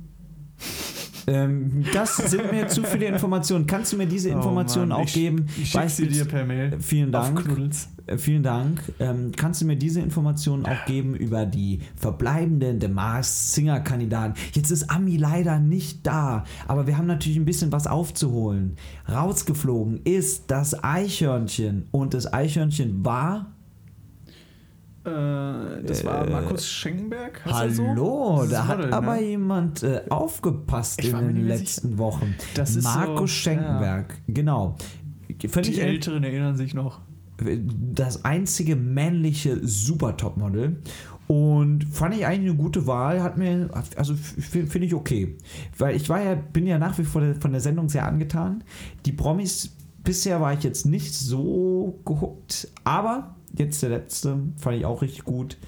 Ähm, das sind mir zu viele Informationen. Kannst du mir diese Informationen
Oh Mann,
auch
ich,
geben?
Ich schicke sie
Beispiels-
dir per Mail.
Vielen
Auf
Dank.
Knuddels.
Äh, Vielen Dank. Ähm, kannst du mir diese Informationen auch geben über die verbleibenden The Mars Singer Kandidaten? Jetzt ist Ami leider nicht da, aber wir haben natürlich ein bisschen was aufzuholen. Rausgeflogen ist das Eichhörnchen und das Eichhörnchen war
Äh, das war Markus Schengenberg. Heißt er
Hallo,
so? Das ist
da hat
Model,
aber
ne?
jemand äh, aufgepasst
Ich
in
war mir
den
nicht mehr
letzten Wochen.
Das ist
Markus
so,
Schenkenberg, genau.
Die
Völlig el-
Älteren erinnern sich noch.
das einzige männliche Super-Topmodel. Und fand ich eigentlich eine gute Wahl, hat mir, also f- f- finde ich okay. Weil ich war ja, bin ja nach wie vor der- von der Sendung sehr angetan. Die Promis, bisher war ich jetzt nicht so gehuckt, aber jetzt der letzte fand ich auch richtig gut.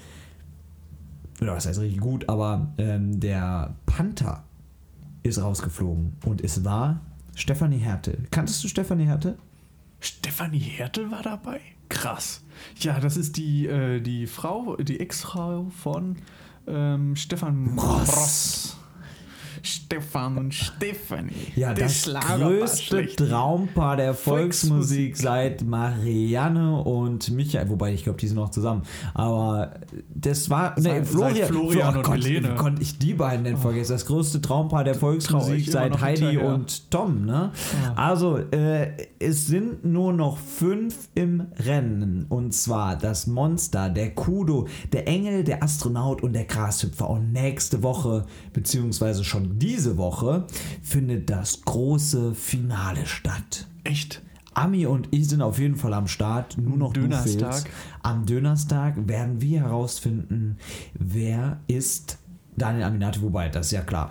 Oder was heißt richtig gut, aber ähm, der Panther ist rausgeflogen und es war Stefanie Härte. Kanntest du Stefanie Härte?
Stefanie Hertel war dabei? Krass. Ja, das ist die, äh, die Frau, die Ex-Frau von ähm, Stefan
Bross.
Stefan und Stefanie.
Ja,
Die
das
Schlagerpaar
größte
schlecht.
Traumpaar der Volksmusik
Volksmusik.
seit Marianne und Michael, wobei ich glaube, die sind noch zusammen. Aber das war nee,
Seit-
Florian,
seit Florian
Flo-
und
Gott,
Helene.
Wie konnte ich die beiden denn vergessen? Das größte Traumpaar der Volksmusik
Oh. immer
seit
noch
Heidi
hinterher.
und Tom. Ne? Also äh, es sind nur noch fünf im Rennen und zwar das Monster, der Kudo, der Engel, der Astronaut und der Grashüpfer. Und nächste Woche beziehungsweise schon diese Woche findet das große Finale statt.
Echt?
Ami und ich sind auf jeden Fall am Start. Nur noch du
Dönerstag.
fehlst. Am Dönerstag werden wir herausfinden, wer ist Daniel Aminati. Wobei, das ist ja klar.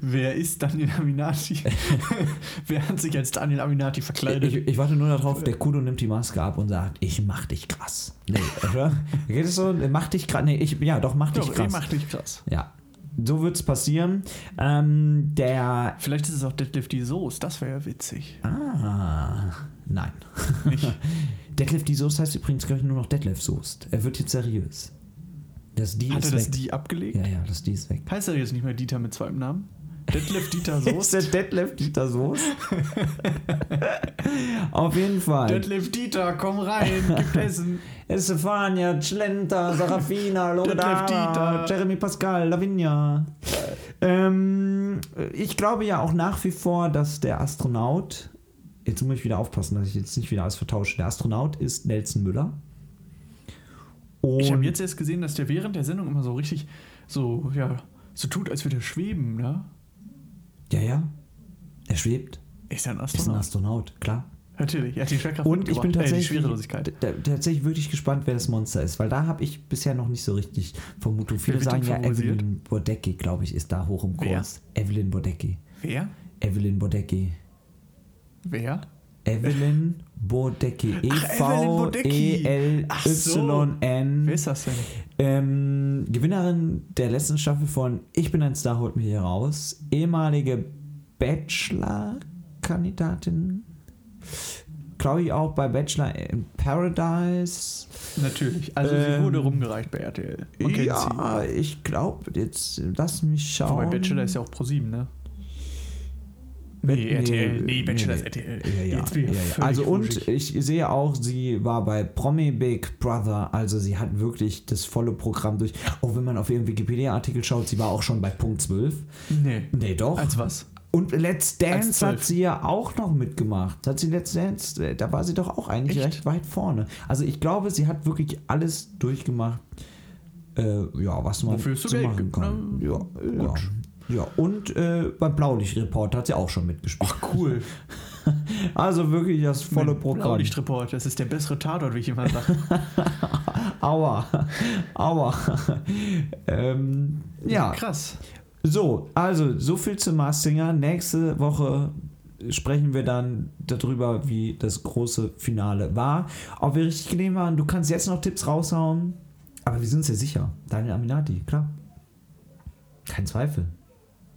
Wer ist Daniel Aminati? Wer hat sich als Daniel Aminati verkleidet?
Ich, ich warte nur darauf, der Kudo nimmt die Maske ab und sagt, ich mach dich krass. Nee, oder? Geht es so? Mach dich krass. Nee, ich, ja, doch, mach dich
Doch, eh,
krass.
mach dich krass.
Ja. So wird's passieren. Ähm, der.
Vielleicht ist es auch Detlef die Soße, das wäre ja witzig.
Ah. Nein.
Nicht?
Detlef die Soße heißt übrigens, glaube ich, nur noch Detlef Soest. Er wird jetzt seriös. Das Die
Hat er
ist
das
weg.
die abgelegt?
Ja, ja, das Die ist weg.
Heißt er jetzt nicht mehr Dieter mit zweitem Namen? Detlef Dieter
Ist der
Soest?
Detlef Dieter Soest? Auf jeden Fall.
Detlef Dieter, komm rein, gib Essen.
Estefania, Celenta, Sarafina, Loredana,
Dieter.
Jeremy Pascal, Lavinia. Ähm, ich glaube ja auch nach wie vor, dass der Astronaut, jetzt muss ich wieder aufpassen, dass ich jetzt nicht wieder alles vertausche, der Astronaut ist Nelson Müller. Und
Ich habe jetzt erst gesehen, dass der während der Sendung immer so richtig so, ja, so tut, als würde er schweben, ne?
ja, ja, er schwebt,
Ist ja ein
ist ein
Astronaut.
Astronaut, klar.
Natürlich, er hat die Schwerkraft
Und ich bin
mitgebracht.
tatsächlich,
Äh, die Schwerelosigkeit.
da- tatsächlich wirklich gespannt, wer das Monster ist, weil da habe ich bisher noch nicht so richtig Vermutung. Viele
wird
sagen
denn
ja,
favorisiert?
Evelyn Bodecki, glaube ich, ist da hoch im
Wer?
Kurs. Evelyn Bodecki.
Wer?
Evelyn Bodecki.
Wer?
Hm. Evelyn Bodecki. E
Evelyn Bodecki. Ach so.
E-V-E-L-Y-N.
Wer ist das denn?
Ähm, Gewinnerin der letzten Staffel von Ich bin ein Star, holt mich hier raus. Ehemalige Bachelor-Kandidatin. Glaube ich auch bei Bachelor in Paradise.
Natürlich. Also
Ähm,
sie wurde rumgereicht bei RTL. Man kennt sie.
ja, ich glaube, jetzt lass mich schauen.
Wobei Bachelor ist ja auch Pro7, ne?
Nee,
Nee, RTL. Nee, Bachelor
nee.
ist RTL.
Ja, ja,
Jetzt bin ich
ja, ja.
völlig
Also und
wuschig.
ich sehe auch, sie war bei Promi Big Brother, also sie hat wirklich das volle Programm durch. Auch wenn man auf ihren Wikipedia-Artikel schaut, sie war auch schon bei Punkt 12.
Nee.
Nee, doch.
Als was?
und Let's
als
Dance
12.
hat sie ja auch noch mitgemacht. Hat sie Let's Dance, äh, da war sie doch auch eigentlich
Echt?
recht weit vorne. Also ich glaube, sie hat wirklich alles durchgemacht, äh, ja, was man
Wofür es so
so
Geld
machen
gibt,
kann.
ne?
Ja, ja.
Gut.
ja, und äh, beim Blaulicht-Report hat sie auch schon mitgespielt.
Cool.
Also wirklich das volle
Mein
Programm.
Blaulichtreport, das ist der bessere Tatort, wie ich immer sage.
Aua. Aua. ähm, ja,
Krass.
So, also so viel zu Mars Singer. Nächste Woche sprechen wir dann darüber, wie das große Finale war. Ob wir richtig gelegen waren. Du kannst jetzt noch Tipps raushauen. Aber wir sind uns ja sicher. Daniel Aminati, klar. Kein Zweifel.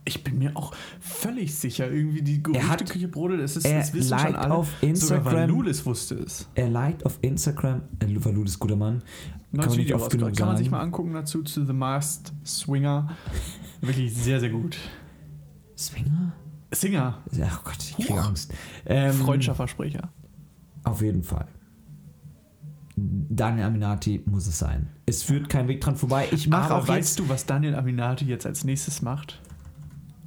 Ich bin mir auch völlig sicher, irgendwie die
hat-
Gerüchteküche brodelt. Es ist,
er
es wissen schon
liked
alle.
auf
Sogar
Instagram-
Valulis wusste es.
Er liked auf Instagram, äh, Luvalu ist guter Mann. Kann
Neues
man nicht
Video
oft
rausgebracht.
genug
Kann man sich mal
sagen.
angucken dazu zu The Masked Swinger. Wirklich sehr, sehr gut.
Swinger?
Singer,
Ach Gott, ich kriege
Huch.
Angst. Ähm,
Freundschaftsversprecher.
Auf jeden Fall. Daniel Aminati muss es sein. Es führt kein Weg dran vorbei. Ich mache
Aber
auch jetzt.
weißt du, was Daniel Aminati jetzt als nächstes macht?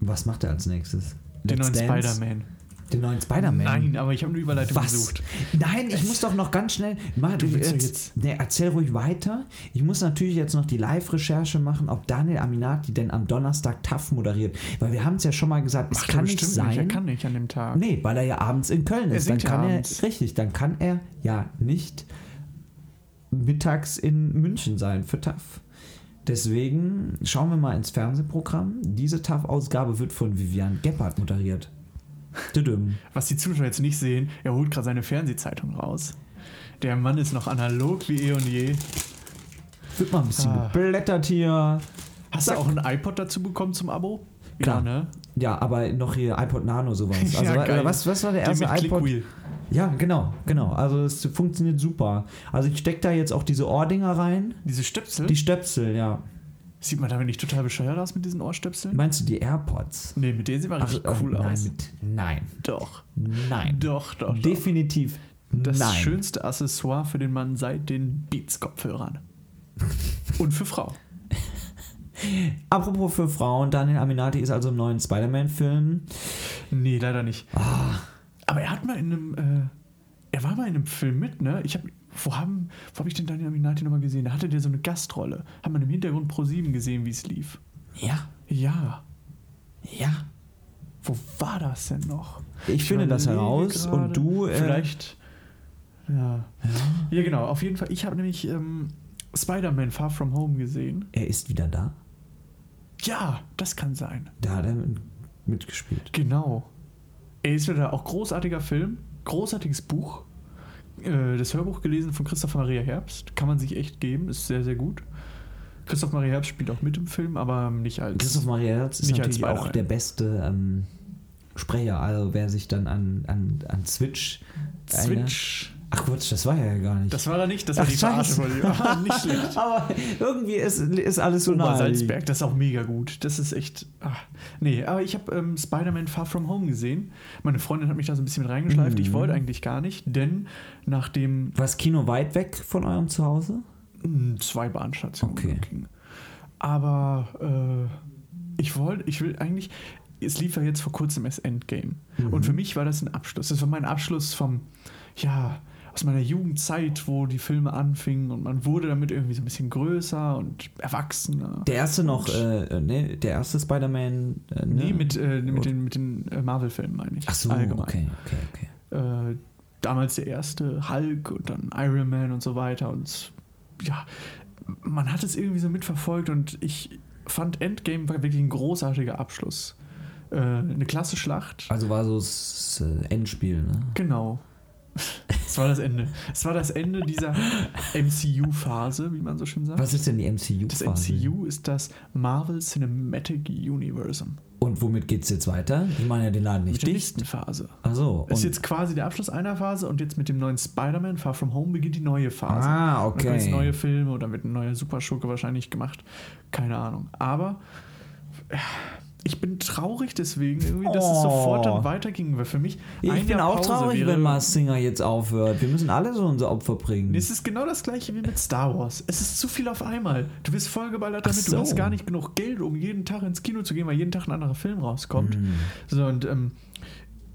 Was macht er als nächstes?
Den neuen
Let's Dance?
Spider-Man.
Den neuen Spider-Man.
Nein, aber ich habe eine Überleitung
Was?
gesucht.
Nein, ich muss doch noch ganz schnell. Mach,
Du willst doch
jetzt,
jetzt-
nee, erzähl ruhig weiter. Ich muss natürlich jetzt noch die Live-Recherche machen, ob Daniel Aminati denn am Donnerstag TAF moderiert. Weil wir haben es ja schon mal gesagt, es
Macht er
kann nicht
bestimmt
sein.
Er kann nicht an dem Tag.
Nee, weil er ja abends in Köln
Er
ist. Dann
singt ja
kann
abends.
er, richtig, dann kann er ja nicht mittags in München sein für TAF. Deswegen schauen wir mal ins Fernsehprogramm. Diese TAF-Ausgabe wird von Vivian Gebhardt moderiert. Düdüm.
Was die Zuschauer jetzt nicht sehen, er holt gerade seine Fernsehzeitung raus. Der Mann ist noch analog wie eh und je.
Wird mal ein bisschen
Ah.
geblättert hier.
Hast
Zack.
du auch ein iPod dazu bekommen zum Abo?
Klar.
Ja, ne?
Ja, aber noch hier iPod Nano sowas. Also
Ja,
wa-
geil.
was, was war der
Der
erste
mit
iPod?
Clickwheel.
Ja, genau, genau. Also es funktioniert super. Also ich stecke da jetzt auch diese Ohrdinger rein.
Diese Stöpsel?
Die Stöpsel, ja.
Sieht man damit nicht total bescheuert aus mit diesen Ohrstöpseln?
Meinst du die AirPods?
Nee, mit denen sieht man richtig
äh,
cool
nein,
aus.
mit- nein,
Doch.
nein.
Doch, doch. doch.
Definitiv
Das
nein.
schönste Accessoire für den Mann seit den Beats-Kopfhörern. Und für Frau.
Apropos für Frauen, Daniel Aminati ist also im neuen Spider-Man-Film.
Nee, leider nicht.
Ah.
Aber er hat mal in einem, äh, er war mal in einem Film mit, ne? Ich hab, wo haben, wo habe ich den Daniel Aminati nochmal gesehen? Da hatte der so eine Gastrolle. Hat man im Hintergrund Pro 7 gesehen, wie es lief.
Ja,
Ja.
ja.
Wo war das denn noch?
Ich, finde das
überlege
heraus
gerade.
und du. Äh,
Vielleicht. Ja. Ja, genau. Auf jeden Fall. Ich habe nämlich ähm, Spider-Man Far From Home gesehen.
Er ist wieder da.
Ja, das kann sein.
Da hat er mitgespielt.
Genau. Er ist wieder da. auch großartiger Film, großartiges Buch. Äh, Das Hörbuch gelesen von Christoph Maria Herbst. Kann man sich echt geben, ist sehr, sehr gut. Christoph Maria Herbst spielt auch mit im Film, aber nicht als.
Christoph Maria Herz ist
Nicht als
natürlich auch
Spider-Man.
der beste ähm, Sprecher. Also wer sich dann an, an, an Switch.
Switch.
Eine, ach Quatsch, das war er ja gar nicht.
Das war er nicht, das war
Ach,
die Verarsche
scheiße.
von ihm. Ah, nicht schlecht.
Aber irgendwie ist, ist alles so
Ober
nah.
Salzberg, das ist auch mega gut. Das ist echt. Ah, nee, aber ich habe ähm, Spider-Man Far From Home gesehen. Meine Freundin hat mich da so ein bisschen mit reingeschleift. Ich wollte eigentlich gar nicht, denn nach dem
Was Kino weit weg von eurem Zuhause?
mh, zwei Bahnstationen
Okay.
ging. Aber äh, ich wollte, ich will eigentlich. Es lief ja jetzt vor kurzem das Endgame. Und für mich war das ein Abschluss. Das war mein Abschluss vom, ja, aus meiner Jugendzeit, wo die Filme anfingen und man wurde damit irgendwie so ein bisschen größer und erwachsener.
Der erste noch, äh, ne, der erste Spider-Man. Äh, ne?
Nee, mit, äh, mit den, mit den äh, Marvel-Filmen meine ich.
Ach so, okay, okay, okay.
Äh, damals der erste Hulk und dann Iron Man und so weiter. Und ja, man hat es irgendwie so mitverfolgt und ich fand Endgame war wirklich ein großartiger Abschluss. Äh, eine klasse Schlacht.
Also war so das äh, Endspiel, ne?
Genau. Es war das Ende. Es war das Ende dieser MCU-Phase, wie man so schön sagt.
Was ist denn die MCU?
Das
quasi?
MCU ist das Marvel Cinematic Universum.
Und womit geht's jetzt weiter? Die machen ja den Laden
Mit
nicht
der
dicht.
nächsten Phase.
Ach so.
Ist
und-
jetzt quasi der Abschluss einer Phase und jetzt mit dem neuen Spider-Man Far From Home beginnt die neue Phase.
ah,
Und dann gibt's
okay.
neue Filme oder wird ein neuer Superschurke wahrscheinlich gemacht. Keine Ahnung. Aber äh, ich bin traurig deswegen irgendwie, dass es
Oh.
sofort dann weiterging. Weil für mich
ich bin auch traurig, wenn Mars Singer jetzt aufhört. Wir müssen alle so unser Opfer bringen.
Nee, Es ist genau das gleiche wie mit Star Wars. Es ist zu viel auf einmal. Du wirst vollgeballert
Ach
damit,
so.
du hast gar nicht genug Geld, um jeden Tag ins Kino zu gehen, weil jeden Tag ein anderer Film rauskommt.
Mhm.
So, und ähm,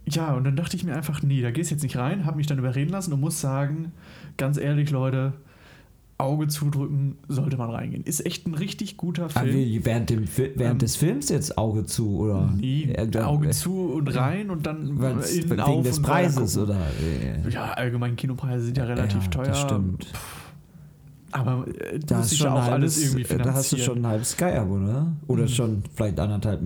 ja, und dann dachte ich mir einfach, nee, da gehst jetzt nicht rein, habe mich dann überreden lassen und muss sagen, ganz ehrlich, Leute, Auge zudrücken sollte man reingehen. Ist echt ein richtig guter
Aber
Film.
Ah, wir während dem, Fi- während
Ähm,
des Films jetzt Auge zu, oder?
Nee,
Äh, äh,
Auge zu und rein und dann
weil's-
innen
Wegen
auf
des
und
Preises,
weiter
oder? Äh,
gucken. Ja, allgemein Kinopreise sind ja relativ
ja,
teuer.
Das stimmt.
Aber äh,
Da,
muss
hast
ich
schon
ja
ein
auch alles
halbes-
irgendwie Mhm.
äh,
finanzieren.
da hast du schon ein halbes Sky-Abo, oder? Oder schon vielleicht anderthalb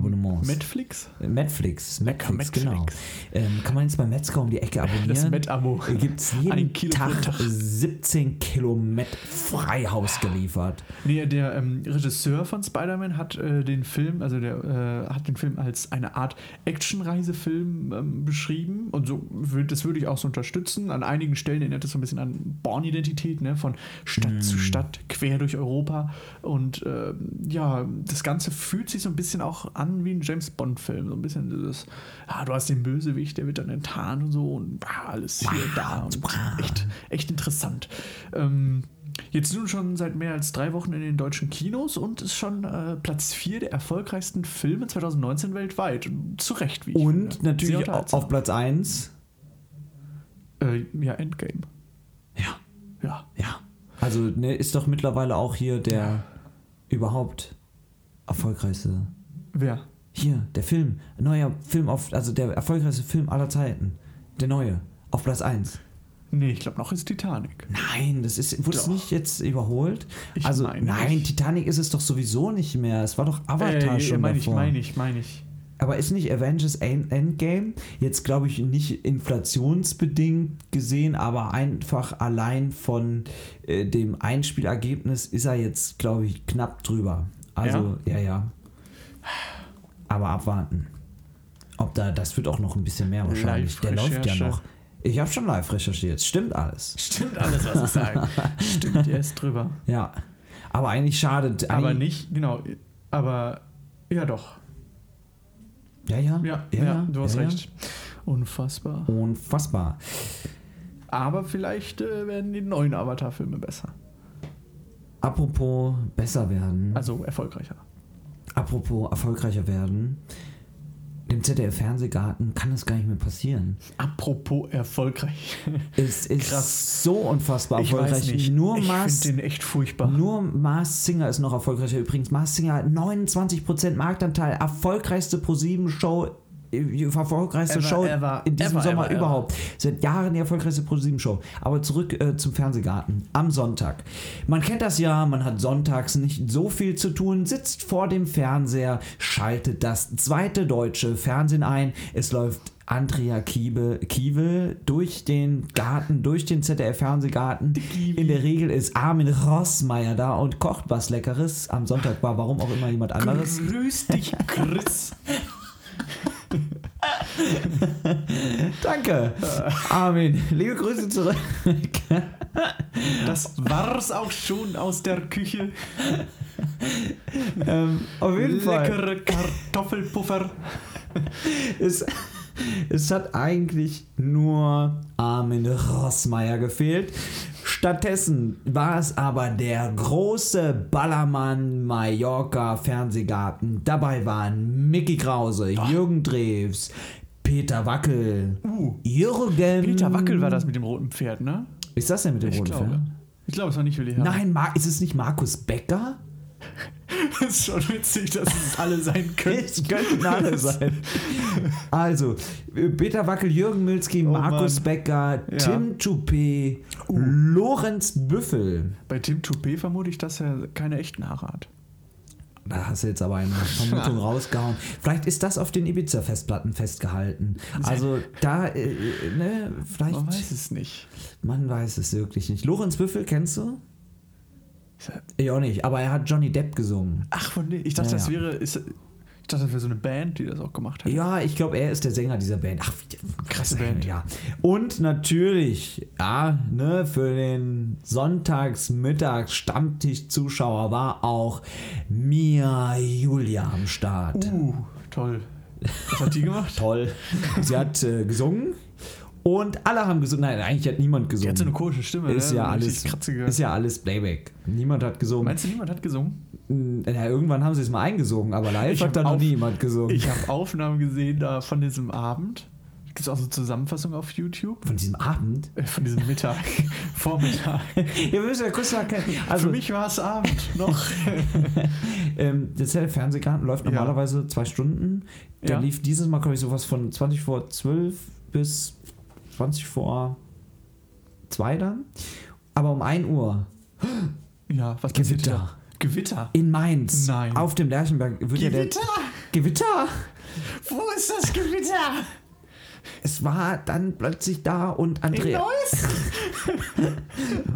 Netflix-Abonnements.
Netflix?
Äh, Netflix, Netflix,
Netflix.
genau. Ähm, kann man jetzt bei Metzger um die Ecke abonnieren?
Das Met-Abo.
Gibt es jeden
Ein Kilo pro
Tag,
Tag.
17 Kilometer Freihaus geliefert.
Nee, der ähm, Regisseur von Spider-Man hat äh, den Film, also der äh, hat den Film als eine Art Actionreisefilm ähm, beschrieben und so würd, das würde ich auch so unterstützen. An einigen Stellen erinnert es so ein bisschen an Born-Identität, ne, von Stadt zu Stadt, quer durch Europa und äh, ja, das Ganze fühlt sich so ein bisschen auch an wie ein James Bond-Film, so ein bisschen dieses, ah, du hast den Bösewicht, der wird dann enttarnt und so und ah, alles hier da und echt, echt interessant. Ähm, Jetzt nun schon seit mehr als drei Wochen in den deutschen Kinos und ist schon äh, Platz 4 der erfolgreichsten Filme 2019 weltweit. Zu Recht, wie ich finde.
Und
Sehr
natürlich au-
unterhaltsam.
auf Platz 1.
Äh, ja, Endgame.
Ja,
Ja.
ja. Also ne, ist doch mittlerweile auch hier der überhaupt erfolgreichste.
Wer?
Hier, der Film. Neuer Film auf, also der erfolgreichste Film aller Zeiten. Der neue. Auf Platz 1.
Nee, ich glaube, noch ist Titanic.
Nein, das ist, wurde es
Doch.
nicht jetzt überholt?
Ich
also,
meine
nein,
nicht.
Titanic ist es doch sowieso nicht mehr. Es war doch Avatar
Äh,
schon
meine ich,
davor.
meine ich, meine ich.
Aber ist nicht Avengers End- Endgame jetzt, glaube ich, nicht inflationsbedingt gesehen, aber einfach allein von äh, dem Einspielergebnis ist er jetzt, glaube ich, knapp drüber. Also, ja, ja. Aber abwarten. Ob da, das wird auch noch ein bisschen mehr wahrscheinlich. Der läuft ja
Live-Recherche.
noch. Ich habe schon live recherchiert. Stimmt alles.
Stimmt alles, was ich sage. Stimmt, er ist drüber.
Ja. Aber eigentlich schadet.
Aber
eigentlich-
nicht, genau. Aber ja, doch.
Ja, ja.
Ja, ja, du hast
ja, ja.
recht. Unfassbar.
Unfassbar.
Aber vielleicht äh, werden die neuen Avatar-Filme besser.
Apropos besser werden.
Also erfolgreicher.
Apropos erfolgreicher werden, dem ZDF-Fernsehgarten kann das gar nicht mehr passieren.
Apropos erfolgreich.
Es ist
Krass.
so unfassbar erfolgreich. Nur,
ich
Mars,
finde den echt furchtbar.
nur Mars Singer ist noch erfolgreicher. Übrigens, Mars Singer hat 29% Marktanteil. Erfolgreichste ProSieben-Show. äh, Erfolgreichste
Ever,
Show
ever,
in diesem
ever,
Sommer
ever, ever.
überhaupt. Seit Jahren die erfolgreichste ProSieben-Show. Aber zurück äh, zum Fernsehgarten am Sonntag. Man kennt das ja, man hat sonntags nicht so viel zu tun, sitzt vor dem Fernseher, schaltet das zweite deutsche Fernsehen ein. Es läuft Andrea Kiebe, Kiewel durch den Garten, durch den ZDF-Fernsehgarten. In der Regel ist Armin Rossmeier da und kocht was Leckeres. Am Sonntag war warum auch immer jemand anderes.
Grüß dich, Chris.
Danke, Armin. Liebe Grüße zurück.
Das war's auch schon aus der Küche.
ähm, auf jeden Fall.
Leckere Kartoffelpuffer.
es, es hat eigentlich nur Armin Rossmeier gefehlt. Stattdessen war es aber der große Ballermann Mallorca Fernsehgarten. Dabei waren Mickey Krause,
Ah.
Jürgen Drews, Peter Wackel,
Uh,
Jürgen.
Peter Wackel war das mit dem roten Pferd, ne?
Ist das denn mit dem
Ich
roten
glaube.
Pferd?
Ich glaube, es war nicht Willi Herr.
Nein, Mar ist es nicht Markus Becker?
Das ist schon witzig, dass es alle sein können.
Es könnten alle sein. Also, Peter Wackel, Jürgen Milski, Markus
Oh Mann.
Becker,
Ja. Uh.
Tim Toupet, Lorenz Büffel.
Bei Tim Toupet vermute ich, dass er keine echten Haare hat.
Da hast du jetzt aber eine Vermutung rausgehauen. Vielleicht ist das auf den Ibiza-Festplatten festgehalten. Also da, äh, äh, ne, vielleicht,
Man weiß es nicht.
man weiß es wirklich nicht. Lorenz Büffel kennst du?
Ist er-
Ich auch nicht, aber er hat Johnny Depp gesungen.
Ach, von dem. Ich dachte,
Ja,
das
ja.
wäre. Ist, ich dachte, das wäre so eine Band, die das auch gemacht hätte.
Ja, ich glaube, er ist der Sänger dieser Band. Ach, wie krasse
Krasse
Band,
Band.
ja. Und natürlich, ja, ne, für den Sonntagsmittags Stammtisch-Zuschauer war auch Mia Julia am Start.
Uh, toll. Was hat die gemacht?
Toll. Sie hat äh, gesungen und alle haben gesungen. Nein, eigentlich hat niemand
Die
gesungen.
hat so eine komische Stimme.
ist
ne?
ja
so
alles,
richtig kratzige.
ist ja alles Playback. Niemand hat gesungen.
Meinst du, niemand hat gesungen?
Ja, irgendwann haben sie es mal eingesungen, aber live
Ich
hat
hab
da noch
auf-
nie jemand gesungen.
Ich habe Aufnahmen gesehen da von diesem Abend. Gibt es auch so Zusammenfassung auf YouTube?
Von diesem Abend.
Äh, Von diesem Mittag, Vormittag.
Ihr müsst ja kurz mal also erklären.
Für mich war es Abend noch.
Ähm, der ZDF-Fernsehgarten läuft
Ja.
normalerweise zwei Stunden. Der
Ja.
lief dieses Mal, glaube ich, sowas von 20 vor 12 bis 20 vor 2 dann. Aber um 1 Uhr
Ja, was passiert
Gewitter.
da? Gewitter?
in Mainz
Nein.
auf dem Lerchenberg wird ja der Gewitter.
Wo ist das Gewitter?
Es war dann plötzlich da und Andrea
Neuss?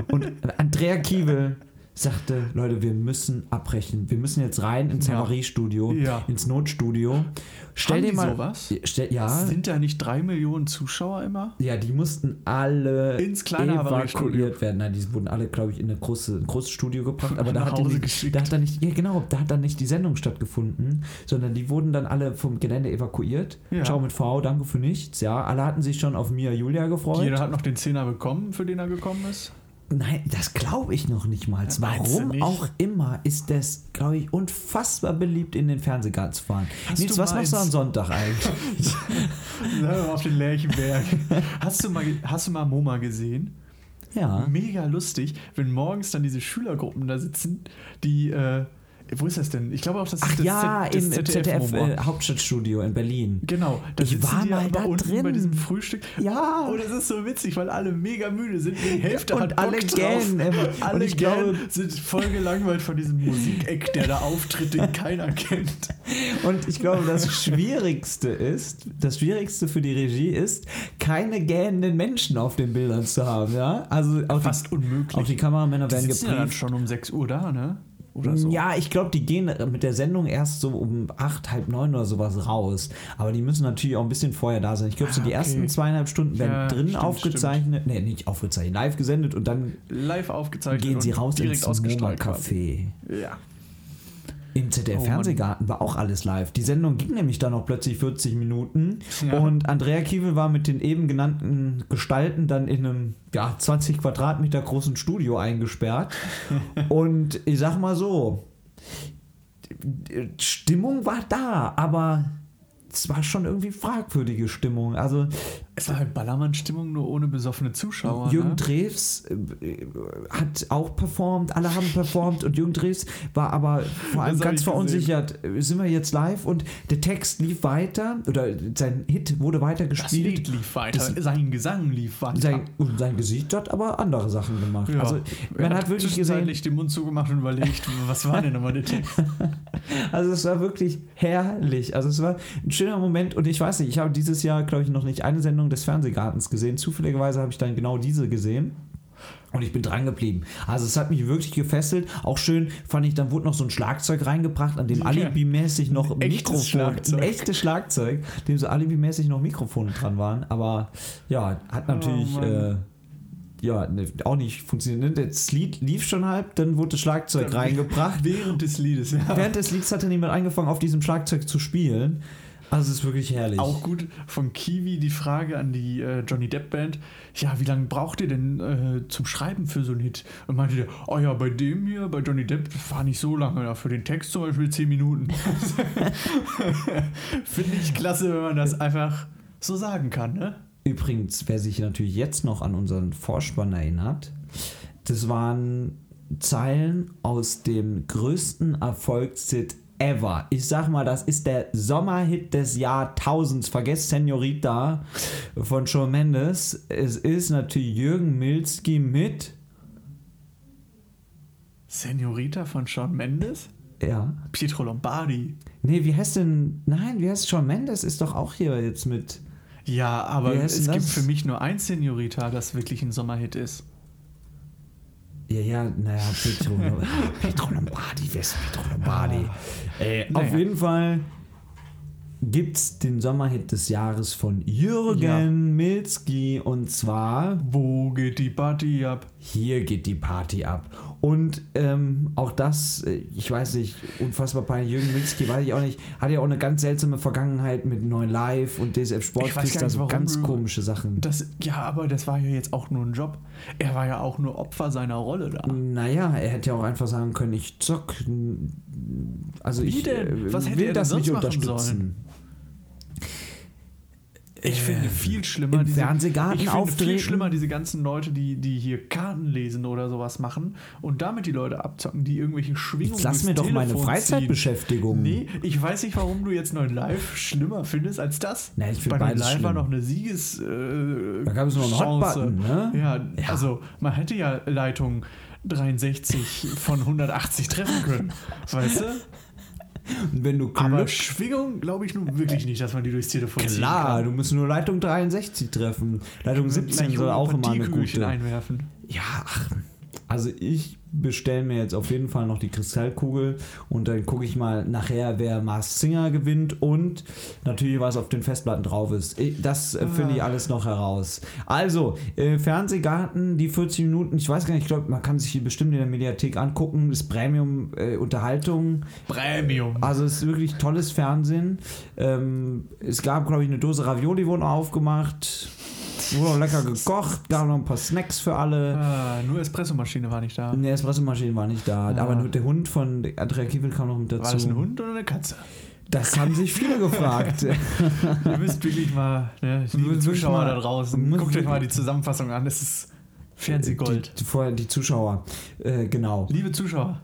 und Andrea Kiewel sagte, Leute, wir müssen abbrechen. Wir müssen jetzt rein ins
Ja.
Havariestudio,
Ja.
ins Notstudio. Stell
Haben
dir
die
mal
sowas?
Stell, ja,
Sind da nicht drei Millionen Zuschauer immer?
Ja, die mussten alle
Ins kleine Havariestudio.
evakuiert werden. Nein, die wurden alle, glaube ich, in eine große, ein großes Studio gebracht. Aber da
Nach
hat, die
Hause
nicht,
geschickt.
da hat dann nicht, ja genau, da hat dann nicht die Sendung stattgefunden, sondern die wurden dann alle vom Gelände evakuiert.
Ja.
Ciao mit V, danke für nichts. Ja, alle hatten sich schon auf Mia Julia gefreut.
Jeder hat noch den Zehner bekommen, für den er gekommen ist.
Nein, das glaube ich noch nicht mal.
meinst du
Warum
nicht?
auch immer ist das, glaube ich, unfassbar beliebt, in den Fernsehgarten zu fahren.
Hast
Nils,
du
was machst du
meins?
am Sonntag eigentlich?
Sagen wir mal auf den Lerchenberg. hast, du mal, ge- hast du mal MoMA gesehen?
ja.
Mega lustig, wenn morgens dann diese Schülergruppen da sitzen, die, äh, wo ist das denn? Ich glaube auch, das ist
Ach
das
ja,
Z- das
im ZDF
MoMA.
äh, Hauptstadtstudio in Berlin.
Genau, da
Ich
sitzen
war
die
mal
aber
da
unten
drin.
bei diesem Frühstück.
Ja.
Und es ist so witzig, weil alle mega müde sind. Die Hälfte hat
Und alle
Bock
gähnen
drauf.
immer. Und
Alle
ich
gähnen
glaube-
sind voll gelangweilt von diesem Musikeck, der da auftritt, den keiner kennt.
Und ich glaube, das Schwierigste ist, das Schwierigste für die Regie ist, keine gähnenden Menschen auf den Bildern zu haben, ja? Also auch
Fast
die,
unmöglich.
auch die Kameramänner
die
werden
sitzen ja dann
geprüft.
schon um 6 Uhr da, ne? Oder
Ja,
so.
ich glaube, die gehen mit der Sendung erst so um acht, halb neun oder sowas raus. Aber die müssen natürlich auch ein bisschen vorher da sein. Ich glaube, so
Ah,
die
okay.
ersten zweieinhalb Stunden werden
Ja,
drin
stimmt,
aufgezeichnet, nee, nicht aufgezeichnet, live gesendet und dann
Live aufgezeichnet.
gehen sie
und
raus
direkt
ins
ausgestrahlt quasi.
MoMA-Café.
Ja.
Im
Oh,
ZDF-Fernsehgarten war auch alles live. Die Sendung ging nämlich dann noch plötzlich 40 Minuten.
Ja.
Und Andrea Kiewel war mit den eben genannten Gestalten dann in einem ja, 20 Quadratmeter großen Studio eingesperrt. Und ich sag mal so, Stimmung war da, aber es war schon irgendwie fragwürdige Stimmung. Also
Es war halt Ballermann-Stimmung, nur ohne besoffene Zuschauer.
Jürgen
ne?
Drews äh, hat auch performt, alle haben performt und Jürgen Drews war aber vor allem
hab
ganz
ich gesehen.
verunsichert. Äh, Sind wir jetzt live? Und der Text lief weiter oder sein Hit wurde weiter
das
gespielt.
Lied lief weiter.
Das-
sein Gesang lief weiter.
Sein, und sein Gesicht hat aber andere Sachen gemacht.
Ja.
Also
Er
man hat wirklich gesehen,
zwischenzeitlich den Mund zugemacht und überlegt, was war denn nochmal der Text?
also es war wirklich herrlich. Also es war ein schöner Moment und ich weiß nicht, ich habe dieses Jahr, glaube ich, noch nicht eine Sendung des Fernsehgartens gesehen. Zufälligerweise habe ich dann genau diese gesehen. Und ich bin dran geblieben. Also es hat mich wirklich gefesselt. Auch schön fand ich, dann wurde noch so ein Schlagzeug reingebracht, an dem
Ja.
alibimäßig noch ein
echtes
Mikrofon,
Schlagzeug.
ein echtes Schlagzeug, dem so alibimäßig noch Mikrofone dran waren. Aber ja, hat natürlich
Oh Mann.
äh, ja ne, auch nicht funktioniert. Ne, Das Lied lief schon halb, dann wurde das Schlagzeug
Dann-
reingebracht.
Während des Liedes, ja.
Während des Lieds hatte niemand angefangen, auf diesem Schlagzeug zu spielen. Also es ist wirklich herrlich.
Auch gut von Kiwi die Frage an die äh, Johnny Depp Band: Ja, wie lange braucht ihr denn äh, zum Schreiben für so einen Hit? Und meinte der: Oh ja, bei dem hier, bei Johnny Depp, war nicht so lange. Ja, für den Text zum Beispiel 10 Minuten. Finde ich klasse, wenn man das einfach so sagen kann, ne?
Übrigens, wer sich natürlich jetzt noch an unseren Vorspann erinnert, das waren Zeilen aus dem größten Erfolgshit ever. Ich sag mal, das ist der Sommerhit des Jahrtausends. Vergesst Senorita von Shawn Mendes. Es ist natürlich Jürgen Milski mit.
Senorita von Shawn Mendes?
Ja.
Pietro Lombardi.
Nee, wie heißt denn. Nein, wie heißt Shawn Mendes? Ist doch auch hier jetzt mit.
Ja, aber
Wie heißt
es
denn
gibt
das?
für mich nur ein Senorita, das wirklich ein Sommerhit ist.
Ja, ja, naja, Petro, Petro Lombardi, wer ist Petro Lombardi?
Ah.
Äh, Auf
naja.
jeden Fall gibt's den Sommerhit des Jahres von Jürgen Milski und zwar
Wo geht die Party ab?
Hier geht die Party ab. Und ähm, auch das, äh, ich weiß nicht, unfassbar peinlich, Jürgen Milski, weiß ich auch nicht, hat ja auch eine ganz seltsame Vergangenheit mit Neuen Live und DSF Sport,
Ich weiß
kriegst
gar
da
nicht,
so
warum
ganz
du-
komische Sachen.
Das, ja, aber das war ja jetzt auch nur ein Job. Er war ja auch nur Opfer seiner Rolle da.
Naja, er hätte ja auch einfach sagen können, ich zock. n- Also
Wie
ich
denn?
äh,
Was hätte
will
er denn
das
sonst
nicht
machen
unterstützen.
Ich finde viel schlimmer.
Äh, Im Fernsehgarten
ich finde
auftreten.
viel schlimmer diese ganzen Leute, die, die hier Karten lesen oder sowas machen und damit die Leute abzocken, die irgendwelche Schwingungen.
Jetzt lass mir
durchs
doch meine
Telefon
Freizeitbeschäftigung.
ziehen. Nee, ich weiß nicht, warum du jetzt 9 Live schlimmer findest als das.
Na, ich find
Bei 9
beides
Live war
schlimm.
noch eine Sieges. Äh,
Da gab's noch einen
Chance.
Hotbutton, ne?
Ja, also man hätte ja Leitung 63 von 180 treffen können. Weißt du?
Wenn du
Aber
Glück
Schwingung glaube ich nun wirklich nicht, dass man die durchs Telefon ziehen
Äh, Klar,
kann.
du musst nur Leitung 63 treffen. Leitung 17 soll auch immer eine
Partikugelchen
gute.
einwerfen.
Ja, ach. Also ich bestelle mir jetzt auf jeden Fall noch die Kristallkugel und dann gucke ich mal nachher, wer Mars Singer gewinnt und natürlich, was auf den Festplatten drauf ist. Ich- Das äh, finde ich alles noch heraus. Also, äh, Fernsehgarten, die 40 Minuten, ich weiß gar nicht, ich glaube, man kann sich die bestimmt in der Mediathek angucken, ist Premium äh, Unterhaltung.
Premium.
Also es ist wirklich tolles Fernsehen. Ähm, es gab, glaube ich, eine Dose Ravioli wurde noch aufgemacht. Wurde auch lecker gekocht. Gab noch ein paar Snacks für alle.
Ah, nur Espressomaschine war nicht da.
Eine Espressomaschine war nicht da. Aber nur der Hund von Andrea Kiewel kam noch mit dazu.
Ah. War das ein Hund oder eine Katze?
Das haben sich viele gefragt.
Ihr müsst wirklich mal, ne, liebe
Müssen wir
Zuschauer
mal-
da draußen,
müssen
guckt
wir-
euch mal die Zusammenfassung an. Das ist Fernsehgold.
Die, vorher die Zuschauer. Äh, genau.
liebe Zuschauer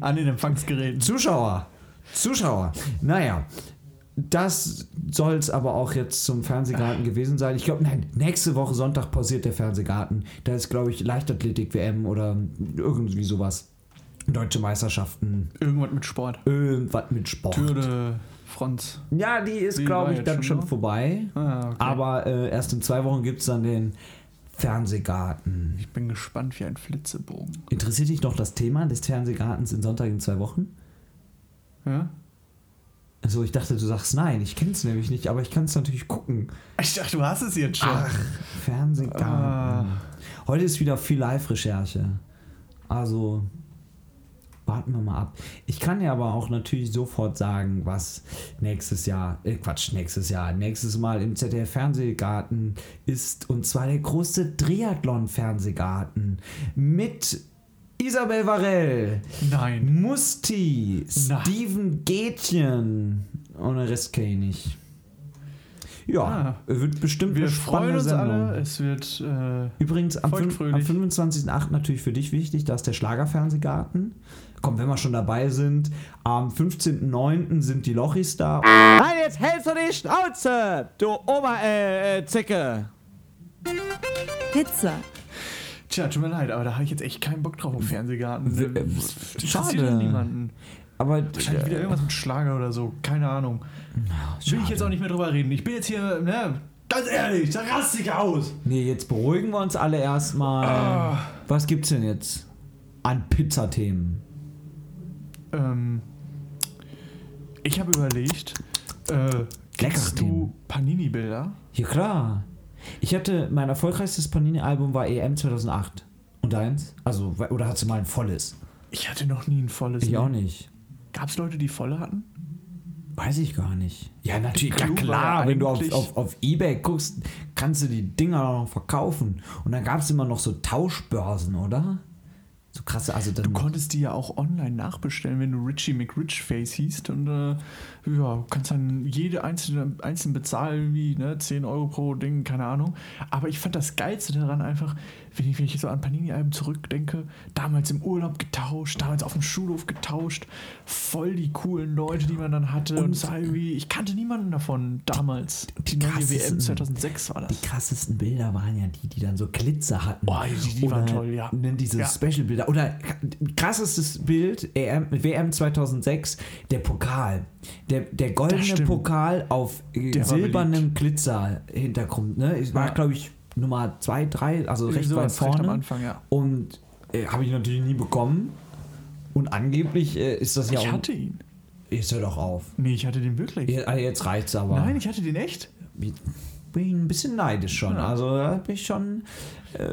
an den Empfangsgeräten.
Zuschauer. Zuschauer. Naja. Das soll es aber auch jetzt zum Fernsehgarten gewesen sein. Ich glaube, nein, nächste Woche Sonntag pausiert der Fernsehgarten. Da ist, glaube ich, Leichtathletik-WM oder irgendwie sowas. Deutsche Meisterschaften,
Irgendwas mit Sport.
irgendwas mit Sport.
Türde, Franz.
Ja, die ist,
Die
glaube
war
ich,
jetzt
dann
schon
schon
noch?
vorbei.
Ah, okay.
Aber äh, erst in zwei Wochen gibt es dann den Fernsehgarten.
ich bin gespannt wie ein Flitzebogen.
Interessiert dich noch das Thema des Fernsehgartens in Sonntag in zwei Wochen?
Ja?
Also ich dachte, du sagst nein, ich kenne es nämlich nicht, aber ich kann es natürlich gucken.
Ich dachte, du hast es jetzt schon.
Fernsehgarten. Heute ist wieder viel Live-Recherche. Also warten wir mal ab. Ich kann ja aber auch natürlich sofort sagen, was nächstes Jahr, äh Quatsch, nächstes Jahr, nächstes Mal im ZDF Fernsehgarten ist. Und zwar der große Triathlon-Fernsehgarten mit Isabel Varell,
Nein.
Musti,
Na.
Steven Gätchen. Und den Rest kenne ich nicht. Ja,
Ah.
wird bestimmt
Wir
eine spannende
freuen uns
Sendung.
alle. Es wird. Äh,
Übrigens, am,
Feucht
fün-
fröhlich.
am 25.08. natürlich für dich wichtig, da ist der Schlagerfernsehgarten. Komm, wenn wir schon dabei sind, am 15.09. sind die Lochis da.
Nein, jetzt hältst du die Schnauze, du Oberzicke. Äh, Zicke.
Pizza.
tja, tut mir leid, aber da habe ich jetzt echt keinen Bock drauf im Fernsehgarten.
W- äh,
Das interessiert
schade.
doch niemanden.
Aber äh,
Wahrscheinlich wieder irgendwas mit Schlager oder so. Keine Ahnung. Will ich jetzt auch nicht mehr drüber reden. Ich bin jetzt hier, ne? Ganz ehrlich, da raste ich aus.
nee, jetzt beruhigen wir uns alle erstmal.
Ah.
Was gibt's denn jetzt an Pizzathemen?
Ähm, ich habe überlegt, äh, kennst du
Themen.
Panini-Bilder?
Ja klar. Ich hatte, mein erfolgreichstes Panini-Album war EM 2008. Und eins? Also, we- oder hast du mal ein volles?
Ich hatte noch nie ein volles.
Ich auch nicht.
Gab es Leute, die volle hatten?
Weiß ich gar nicht. Ja, natürlich, ja
Clou war
klar, wenn du auf,
eigentlich-
auf, auf Ebay guckst, kannst du die Dinger auch noch verkaufen. Und dann gab es immer noch so Tauschbörsen, oder? So krasse, also dann.
Du konntest die ja auch online nachbestellen, wenn du Richie McRichface hießt. Und äh, ja, kannst dann jede einzelne einzeln bezahlen, wie ne, 10 Euro pro Ding, keine Ahnung. Aber ich fand das Geilste daran einfach, wenn ich, wenn ich so an Panini-Alben zurückdenke, damals im Urlaub getauscht, damals auf dem Schulhof getauscht, voll die coolen Leute, die man dann hatte. Und, es war irgendwie, ich kannte niemanden davon damals. Die, neue
krassesten-
WM 2006 war das.
die krassesten Bilder waren ja die, die dann so Glitzer hatten.
Oh, die- die
Oder
waren toll, ja.
Nenn diese
Ja.
Special-Bilder. Oder krassestes Bild, E EM, WM 2006, der Pokal. Der, der
Das
goldene
stimmt.
Pokal auf äh,
Der war
silbernem Glitzer-Hintergrund. Ne? Es war,
Ja.
glaube ich, Nummer 2, 3, also
Irgendwie
recht weit
sowas, recht
vorne.
am Anfang, ja.
Und äh, habe ich natürlich nie bekommen. Und angeblich äh, ist das ja
Ich
auch-
hatte ihn.
Jetzt hör doch auf.
Nee, ich hatte den wirklich.
Jetzt, ah, jetzt reicht's aber.
Nein, ich hatte den echt.
ich bin ein bisschen neidisch schon. Also da bin ich schon.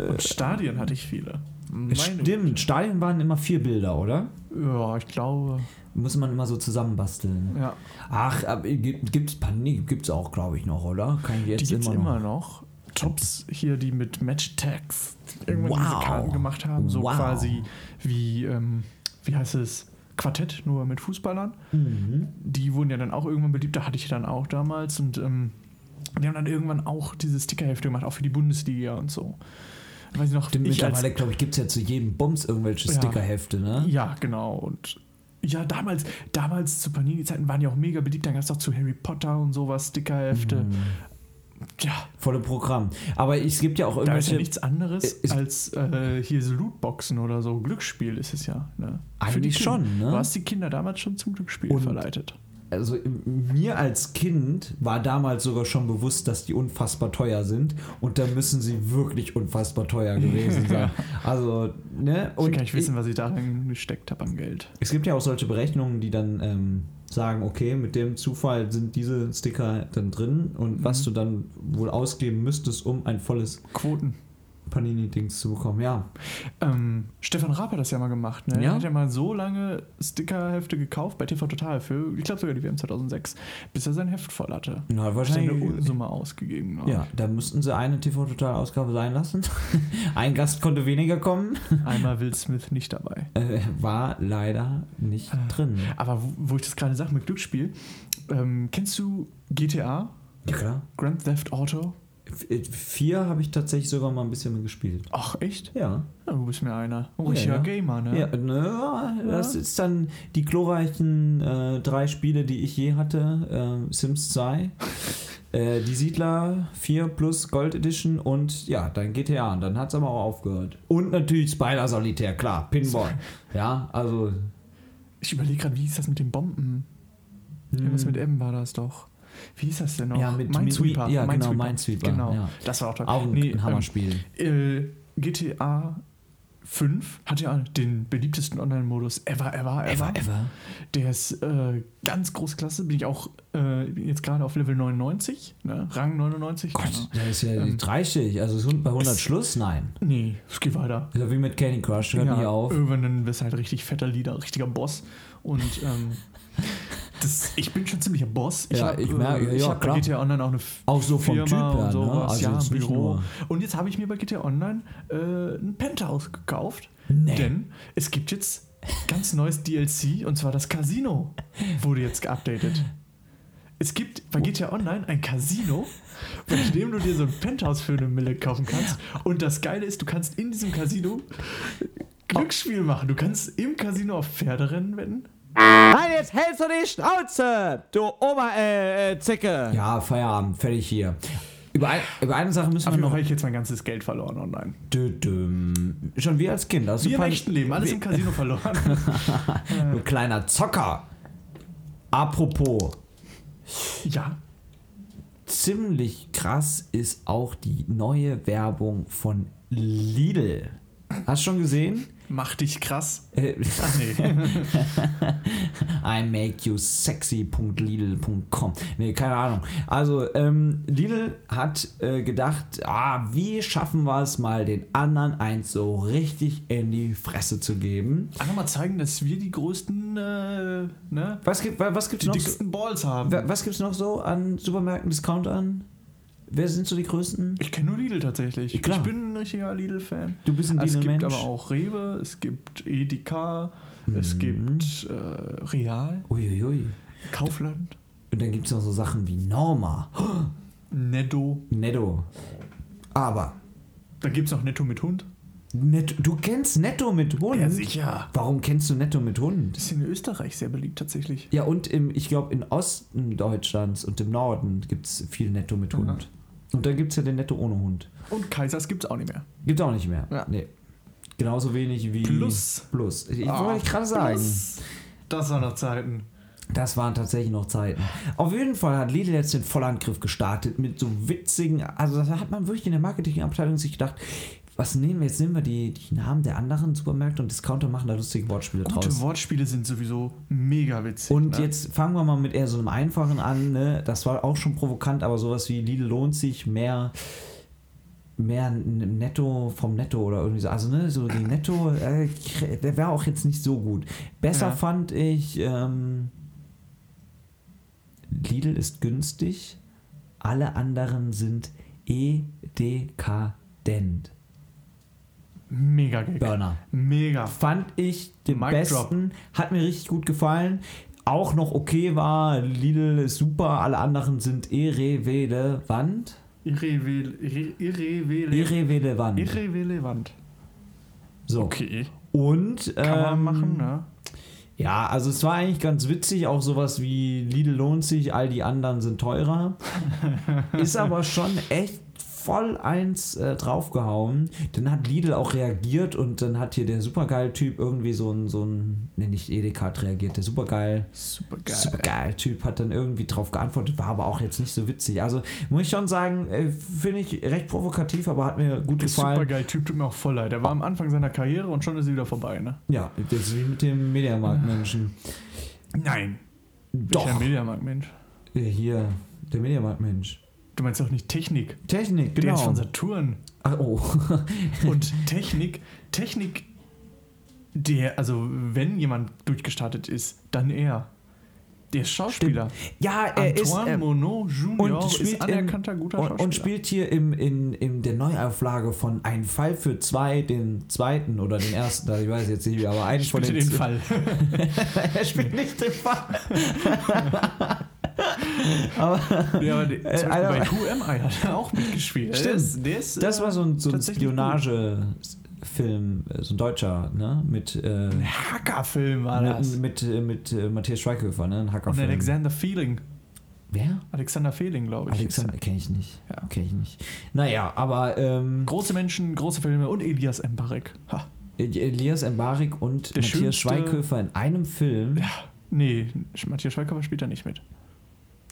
Und Stadien hatte ich viele. Meine
Stimmt, Stadien waren immer vier Bilder, oder?
Ja, ich glaube.
Muss man immer so zusammenbasteln.
Ja.
Ach, aber gibt, gibt's Panini gibt's auch, glaube ich, noch, oder? Kann ich jetzt
Die gibt's
immer noch.
immer noch. Tops hier, die mit Match-Tags irgendwann
Wow.
diese Karten gemacht haben. So
Wow.
quasi wie, ähm, wie heißt es? Quartett, nur
Mhm.
mit Fußballern. Die wurden ja dann auch irgendwann beliebt. Da hatte ich dann auch damals. Und ähm, Die haben dann irgendwann auch diese Stickerhefte gemacht, auch für die Bundesliga und so. Dann Weiß ich noch,
Stimmt,
ich als-
mittlerweile, glaube ich, gibt es ja zu jedem Bums irgendwelche
Ja.
Stickerhefte, ne?
Ja, genau. Und ja, damals, damals zu Panini-Zeiten waren die auch mega beliebt. Dann gab es auch zu Harry Potter und sowas Stickerhefte.
Mhm.
Tja,
Volle Programm. Aber es gibt ja auch
da ist
irgendwelche.
ja nichts anderes
Äh, ist-
als äh, hier so Lootboxen oder so. Glücksspiel ist es ja. Ne? Für die
Eigentlich
Kinder.
schon, ne?
Du hast die Kinder damals schon zum Glücksspiel
Und-
verleitet.
also im- mir als Kind war damals sogar schon bewusst, dass die unfassbar teuer sind und da müssen sie wirklich unfassbar teuer gewesen sein. Also, ne?
Ich will
Und
gar nicht wissen, was ich da gesteckt habe an Geld.
es gibt ja auch solche Berechnungen, die dann ähm, sagen, okay, mit dem Zufall sind diese Sticker dann drin und was du dann wohl ausgeben müsstest, um ein volles
Quoten.
Panini-Dings zu bekommen. Ja,
Ähm, Stefan Raab hat das ja mal gemacht. Ne?
Ja.
Er hat ja mal so lange Stickerhefte gekauft bei TV Total für, ich glaube sogar die WM 2006, bis er sein Heft voll hatte.
na,
Hat er eine Unsumme ausgegeben. glaub
Ja, da müssten sie eine TV-Total-Ausgabe sein lassen. ein Gast konnte weniger kommen.
ich. Einmal Will Smith nicht dabei.
Äh, war leider nicht drin.
Aber wo, wo ich das gerade sage mit Glücksspiel, ähm, kennst du GTA,
Ja, klar.
Grand Theft Auto?
F- äh, Vier habe ich tatsächlich sogar mal ein bisschen mit gespielt.
Ach, echt?
Ja.
Ja, du bist mir einer. Oh, Ein richtiger
Oh ja.
Gamer,
Ja,
ne?
ne, das
Ja.
ist dann die glorreichen äh, drei Spiele, die ich je hatte. Äh, Sims 2, äh, die Siedler 4 plus Gold Edition und ja, dann GTA. Und dann hat es aber auch aufgehört. Und natürlich Spider Solitär, klar, Pinball. Ja, also
Ich überlege gerade, wie hieß das mit den Bomben? Irgendwas mit M war das doch. Wie hieß das denn noch?
Hm. Ja, mit-
Minesweeper.
mit- ja, genau, Minesweeper,
Genau,
ja.
das war auch toll.
auch ein,
Nee,
ein Hammerspiel.
ähm, äh, GTA 5 hat ja den beliebtesten Online-Modus ever, ever, ever.
ever.
Der ist äh, ganz groß klasse. Bin ich auch äh, jetzt gerade auf Level 99, ne? Rang 99.
Gott,
Keine
da ist ja
Ähm,
dreistellig. Also es ist bei 100
es-
Schluss? Nein.
Ahnung. Nee, es geht weiter.
Also wie mit Candy Crush, hört nie auf.
Irgendwann wirst du halt richtig fetter Leader, richtiger Boss. Und ähm, das, ich bin schon ziemlicher Boss. Ich
Ja,
hab,
ich merke,
äh, ich
ja,
hab bei
klar.
GTA Online auch eine F-
Auch so vom
Firma
Typ her,
und
ne?
sowas.
Also
ja,
jetzt
ein
nicht
Büro.
nur-
Und jetzt habe ich mir bei GTA Online äh, ein Penthouse gekauft.
Nee.
Denn es gibt jetzt ganz neues DLC und zwar das Casino wurde jetzt geupdatet. Es gibt bei GTA Online ein Casino, bei dem du dir so ein Penthouse für eine Mille kaufen kannst. Und das Geile ist, du kannst in diesem Casino Glücksspiel machen. Du kannst im Casino auf Pferderennen wetten.
Nein, jetzt hältst du die Schnauze, du Oberzicke. Äh, äh, Zicke.
Ja, Feierabend, fertig hier. Über, ein, über eine Sache müssen wir
Auf jeden Fall
noch.
habe ich jetzt mein ganzes Geld verloren online.
Düdüm. Schon wir als Kind. Also
Wie im echten Leben, alles im Casino verloren.
Du kleiner Zocker. Apropos,
ja,
ziemlich krass ist auch die neue Werbung von Lidl. Hast du schon gesehen?
mach dich krass.
Äh,
Ach nee.
I make you sexy.lidl.com. Nee, keine Ahnung. Also, ähm, Lidl hat äh, gedacht, ah, wie schaffen wir es mal, den anderen eins so richtig in die Fresse zu geben.
Einfach mal zeigen, dass wir die größten, äh, ne?
Was gibt wa- was gibt's
Die
noch? so-
dicksten Balls haben.
wa- Was gibt's noch so an Supermärkten Discountern? Wer sind so die größten?
Ich kenne nur Lidl tatsächlich.
Klar.
Ich bin ein richtiger Lidl-Fan.
Du bist ein
Es gibt
Lidl-Mensch.
aber auch Rewe, es gibt Edeka,
Mhm.
es gibt äh, Real,
Uiuiui.
Kaufland,
Und dann gibt's noch so Sachen wie Norma,
Netto.
Netto. Aber
Dann gibt es noch Netto mit Hund.
Net du kennst Netto mit Hund?
sicher.
Warum kennst du Netto mit Hund?
Das ist in Österreich sehr beliebt tatsächlich.
Ja, und im, ich glaube, im Osten Deutschlands und im Norden gibt es viel Netto mit Hund. Und dann gibt es ja den Netto ohne Hund.
Und Kaisers gibt es auch nicht mehr.
Gibt auch nicht mehr.
Ja.
Nee. Genauso wenig wie.
Plus.
Ah, Plus. Ich wollte ich gerade sagen.
Ah, Das, das waren noch Zeiten.
Das waren tatsächlich noch Zeiten. Auf jeden Fall hat Lidl jetzt den Vollangriff gestartet mit so witzigen, also da hat man wirklich in der Marketingabteilung sich gedacht, was nehmen wir jetzt? Nehmen wir die, die Namen der anderen Supermärkte und Discounter machen da lustige Wortspiele
Gute
draus.
Wortspiele sind sowieso mega witzig.
Und
ne?
jetzt fangen wir mal mit eher so einem einfachen an. Ne? Das war auch schon provokant, aber sowas wie Lidl lohnt sich mehr mehr n- netto vom Netto oder irgendwie so. Also ne, so die Netto, äh, kr- der wäre auch jetzt nicht so gut. Besser
Ja.
fand ich ähm, Lidl ist günstig, alle anderen sind edekadent.
Mega Gag.
Burner.
Mega.
Fand ich den
Mic
besten, hat mir richtig gut gefallen. auch noch okay war. Lidl ist super, alle anderen sind irrelevant.
Irrevel- irre- irrevele-
Irrelevant.
Irrelevant.
so.
Okay.
Und
Kann man
ähm,
machen, ne?
Ja, also es war eigentlich ganz witzig, auch sowas wie Lidl lohnt sich, all die anderen sind teurer. Ist aber schon echt voll eins äh, draufgehauen. Dann hat Lidl auch reagiert und dann hat hier der Supergeil-Typ irgendwie so ein, so ein, ne, nicht Edeka hat reagiert, der Supergeil.
Super
Supergeil-Typ hat dann irgendwie drauf geantwortet, war aber auch jetzt nicht so witzig. Also muss ich schon sagen, äh, finde ich recht provokativ, aber hat mir gut
Der
gefallen.
Supergeil-Typ tut mir auch voll leid. Der war am Anfang seiner Karriere und schon ist sie wieder vorbei, ne?
Ja, das ist wie mit dem Mediamarkt-Menschen.
Nein.
Doch,
Welcher Mediamarkt-Mensch?
äh, hier, der Mediamarkt-Mensch.
Du meinst doch nicht Technik.
Technik,
Der
genau.
ist von Saturn.
Ach, oh.
Und Technik, Technik, der, also wenn jemand durchgestartet ist, dann er. Der ist Schauspieler.
ja, er ist.
Antoine
ähm,
Monod Junior
und
ist
spielt,
anerkannter
in,
guter
und,
Schauspieler.
und spielt hier im, in, in der Neuauflage von Ein Fall für zwei, den zweiten oder den ersten, also ich weiß jetzt nicht, wie, aber einen von
Spielt
den,
in den Fall.
er spielt nicht den Fall.
Ja, aber der, zum Beispiel
Alter.
bei QM hat er auch mitgespielt.
Äh, also- Stimmt.
Der ist, der ist,
Das
äh,
war so ein, so ein
tatsächlich gut.
Spionagefilm, äh, so ein deutscher, ne? Mit, äh,
ein Hackerfilm war das.
mit, mit, äh, mit äh, Matthias Schweighöfer, ne? Ein
Und
Hackerfilm.
Alexander Feeling.
Wer?
Alexander Feeling, glaube ich.
Alexander, kenne ich nicht.
Ja.
Kenne ich nicht. Naja, aber ähm,
Große Menschen, große Filme und Elias Embarek. Ha.
Elias Embarek und
Der
Matthias
schönste-
Schweighöfer in einem Film.
Nee, Matthias Schweighöfer spielt da nicht mit.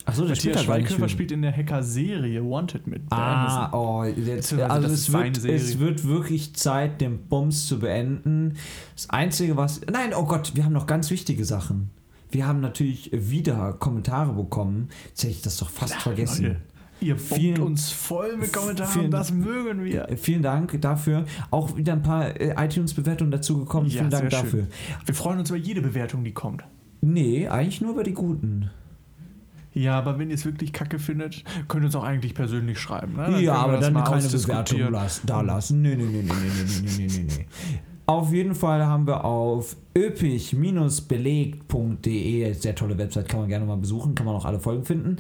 Achso, der
Matthias
spielt da gar nicht
Schweighöfer
mit.
spielt in der Hacker-Serie Wanted mit. bei
Ah,
Amazon.
oh, jetzt,
Beziehungsweise
also
das
es
ist seine
wird,
Serie.
es wird wirklich Zeit, den Bums zu beenden. Das Einzige, was. Nein, oh Gott, wir haben noch ganz wichtige Sachen. Wir haben natürlich wieder Kommentare bekommen. Jetzt hätte ich das doch fast vergessen.
Leute, ihr bombt
Vielen-
uns voll mit Kommentaren,
vielen-
das mögen wir.
Äh, Vielen Dank dafür. Auch wieder ein paar äh, iTunes-Bewertungen dazu gekommen.
Ja,
Vielen Dank
sehr schön.
dafür.
Wir freuen uns über jede Bewertung, die kommt.
Nee, eigentlich nur über die guten.
Ja, aber wenn ihr es wirklich kacke findet, könnt ihr uns auch eigentlich persönlich schreiben. Ne?
ja, aber dann
eine
keine Bewertung las da lassen. Nee, nee, nee, nee, nee, nee, nee, nee, nee, nee. Auf jeden Fall haben wir auf üppig-belegt.de, sehr tolle Website, kann man gerne mal besuchen, kann man auch alle Folgen finden,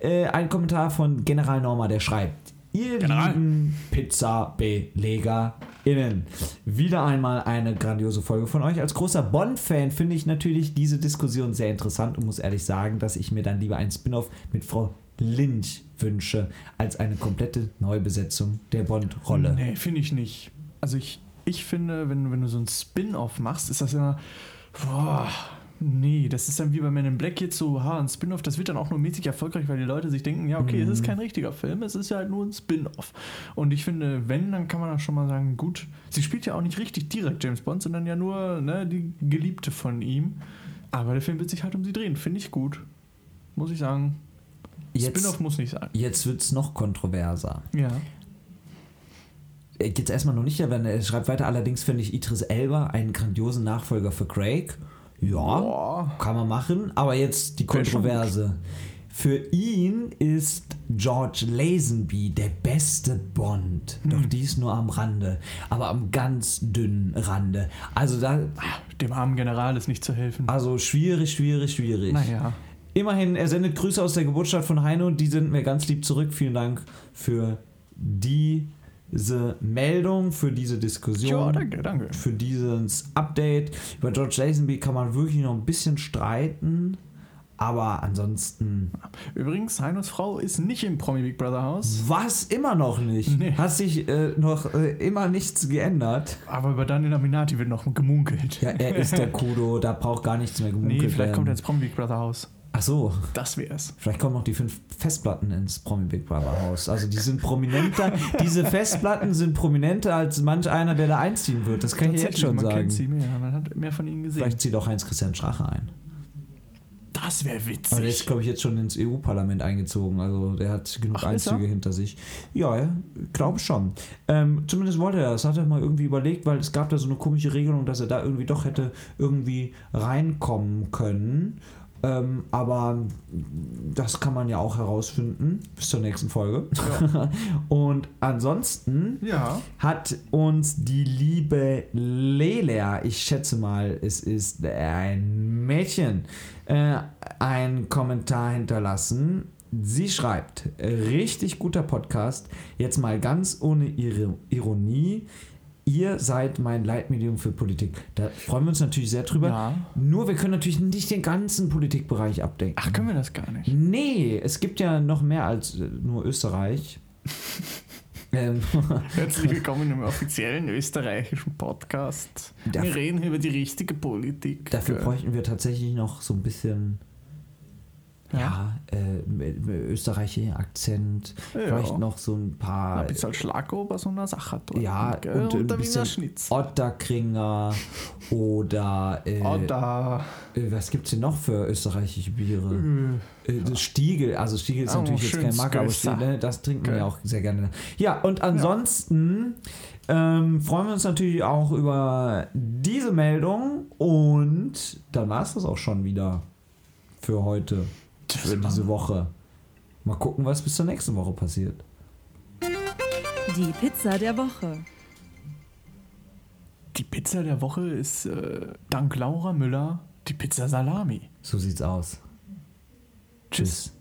äh, einen Kommentar von General Norma, der schreibt, ihr
General.
lieben PizzabelegerInnen, wieder einmal eine grandiose Folge von euch. Als großer Bond-Fan finde ich natürlich diese Diskussion sehr interessant und muss ehrlich sagen, dass ich mir dann lieber einen Spin-Off mit Frau Lynch wünsche, als eine komplette Neubesetzung der Bond-Rolle.
Nee, finde ich nicht. Also ich, ich finde, wenn, wenn du so ein Spin-off machst, ist das immer. Boah, nee, das ist dann wie bei Men in Black jetzt so, ha, ein Spin-off, das wird dann auch nur mäßig erfolgreich, weil die Leute sich denken, ja, okay, es ist kein richtiger Film, es ist ja halt nur ein Spin-off. Und ich finde, wenn, dann kann man da schon mal sagen, gut, sie spielt ja auch nicht richtig direkt James Bond, sondern ja nur ne, die Geliebte von ihm. Aber der Film wird sich halt um sie drehen, finde ich gut. Muss ich sagen.
Jetzt,
Spin-off muss nicht sein.
jetzt wird es noch kontroverser.
Ja.
Äh, Jetzt erstmal noch nicht erwähnen. Er schreibt weiter, allerdings finde ich Idris Elba einen grandiosen Nachfolger für Craig. Ja,
Boah.
kann man machen. Aber jetzt die
Wär schon
Kontroverse. Für ihn ist George Lazenby der beste Bond.
Mhm.
Doch dies nur am Rande. Aber am ganz dünnen Rande. Also da,
Dem armen General ist nicht zu helfen.
also schwierig, schwierig, schwierig.
Ah, Naja.
Immerhin, er sendet Grüße aus der Geburtsstadt von Heino. Die sind mir ganz lieb zurück. Vielen Dank für diese Meldung, für diese Diskussion,
Ja, danke, danke.
für dieses Update. Über George Lazenby kann man wirklich noch ein bisschen streiten. Aber ansonsten,
Übrigens, Heinos Frau ist nicht im Promi Big Brother Haus,
was immer noch nicht?
Nee.
Hat sich äh, noch äh, immer nichts geändert?
aber über Daniel Aminati wird noch gemunkelt.
Ja, er ist der Kudo, da braucht gar nichts mehr gemunkelt
nee, vielleicht kommt er
werden.
ins Promi Big Brother Haus.
Ach so,
Das wär's.
Vielleicht kommen noch die fünf Festplatten ins Promi Big Brother Haus. Also die sind prominenter, diese Festplatten sind prominenter als manch einer, der da einziehen wird. Das kann ich jetzt
Tatsächlich,
schon
man
sagen.
kennt sie mehr, man hat mehr von ihnen gesehen.
Vielleicht zieht auch Heinz-Christian Strache ein.
das wäre
Aber der ist,
witzig.
glaube ich, jetzt schon ins EU-Parlament eingezogen. Also der hat genug
Ach, ist er?
Einzüge hinter sich. Ja, ja glaube schon. Ähm, zumindest wollte er das. Hat er mal irgendwie überlegt, weil es gab da so eine komische Regelung, dass er da irgendwie doch hätte irgendwie reinkommen können. Ähm, aber das kann man ja auch herausfinden bis zur nächsten Folge. Und ansonsten
Ja.
hat uns die liebe Lelia, ich schätze mal, es ist ein Mädchen, äh, einen Kommentar hinterlassen. Sie schreibt, richtig guter Podcast, jetzt mal ganz ohne ihre Ironie. Ihr seid mein Leitmedium für Politik. Da freuen wir uns natürlich sehr drüber.
Ja.
Nur wir können natürlich nicht den ganzen Politikbereich abdecken.
Ach, können wir das gar nicht?
Nee, es gibt ja noch mehr als äh, nur Österreich. ähm,
Herzlich willkommen im offiziellen österreichischen Podcast.
Darf-
wir reden über die richtige Politik.
Dafür bräuchten wir tatsächlich noch so ein bisschen
ja.
ja, äh, mit- mit österreichischer Akzent,
Ja.
vielleicht noch so ein paar
Ein bisschen Schlagober, so eine Sache. dort,
ja
gell?
und ein
der Wiener
bisschen
Schnitz.
Otterkringer oder äh,
Oder.
äh, was gibt's denn noch für österreichische Biere? Äh, das Stiegel, also Stiegel ist
Oh,
natürlich jetzt
schön
kein Marke, aber
Skölzer.
Stiegel, ne, das trinkt man
Gell.
ja auch sehr gerne. Ja, und ansonsten ähm, freuen wir uns natürlich auch über diese Meldung und dann war es das auch schon wieder für heute, für diese Woche. Mal gucken, was bis zur nächsten Woche passiert.
Die Pizza der Woche.
Die Pizza der Woche ist äh, dank Laura Müller die Pizza Salami.
So sieht's aus.
Tschüss.
Tschüss.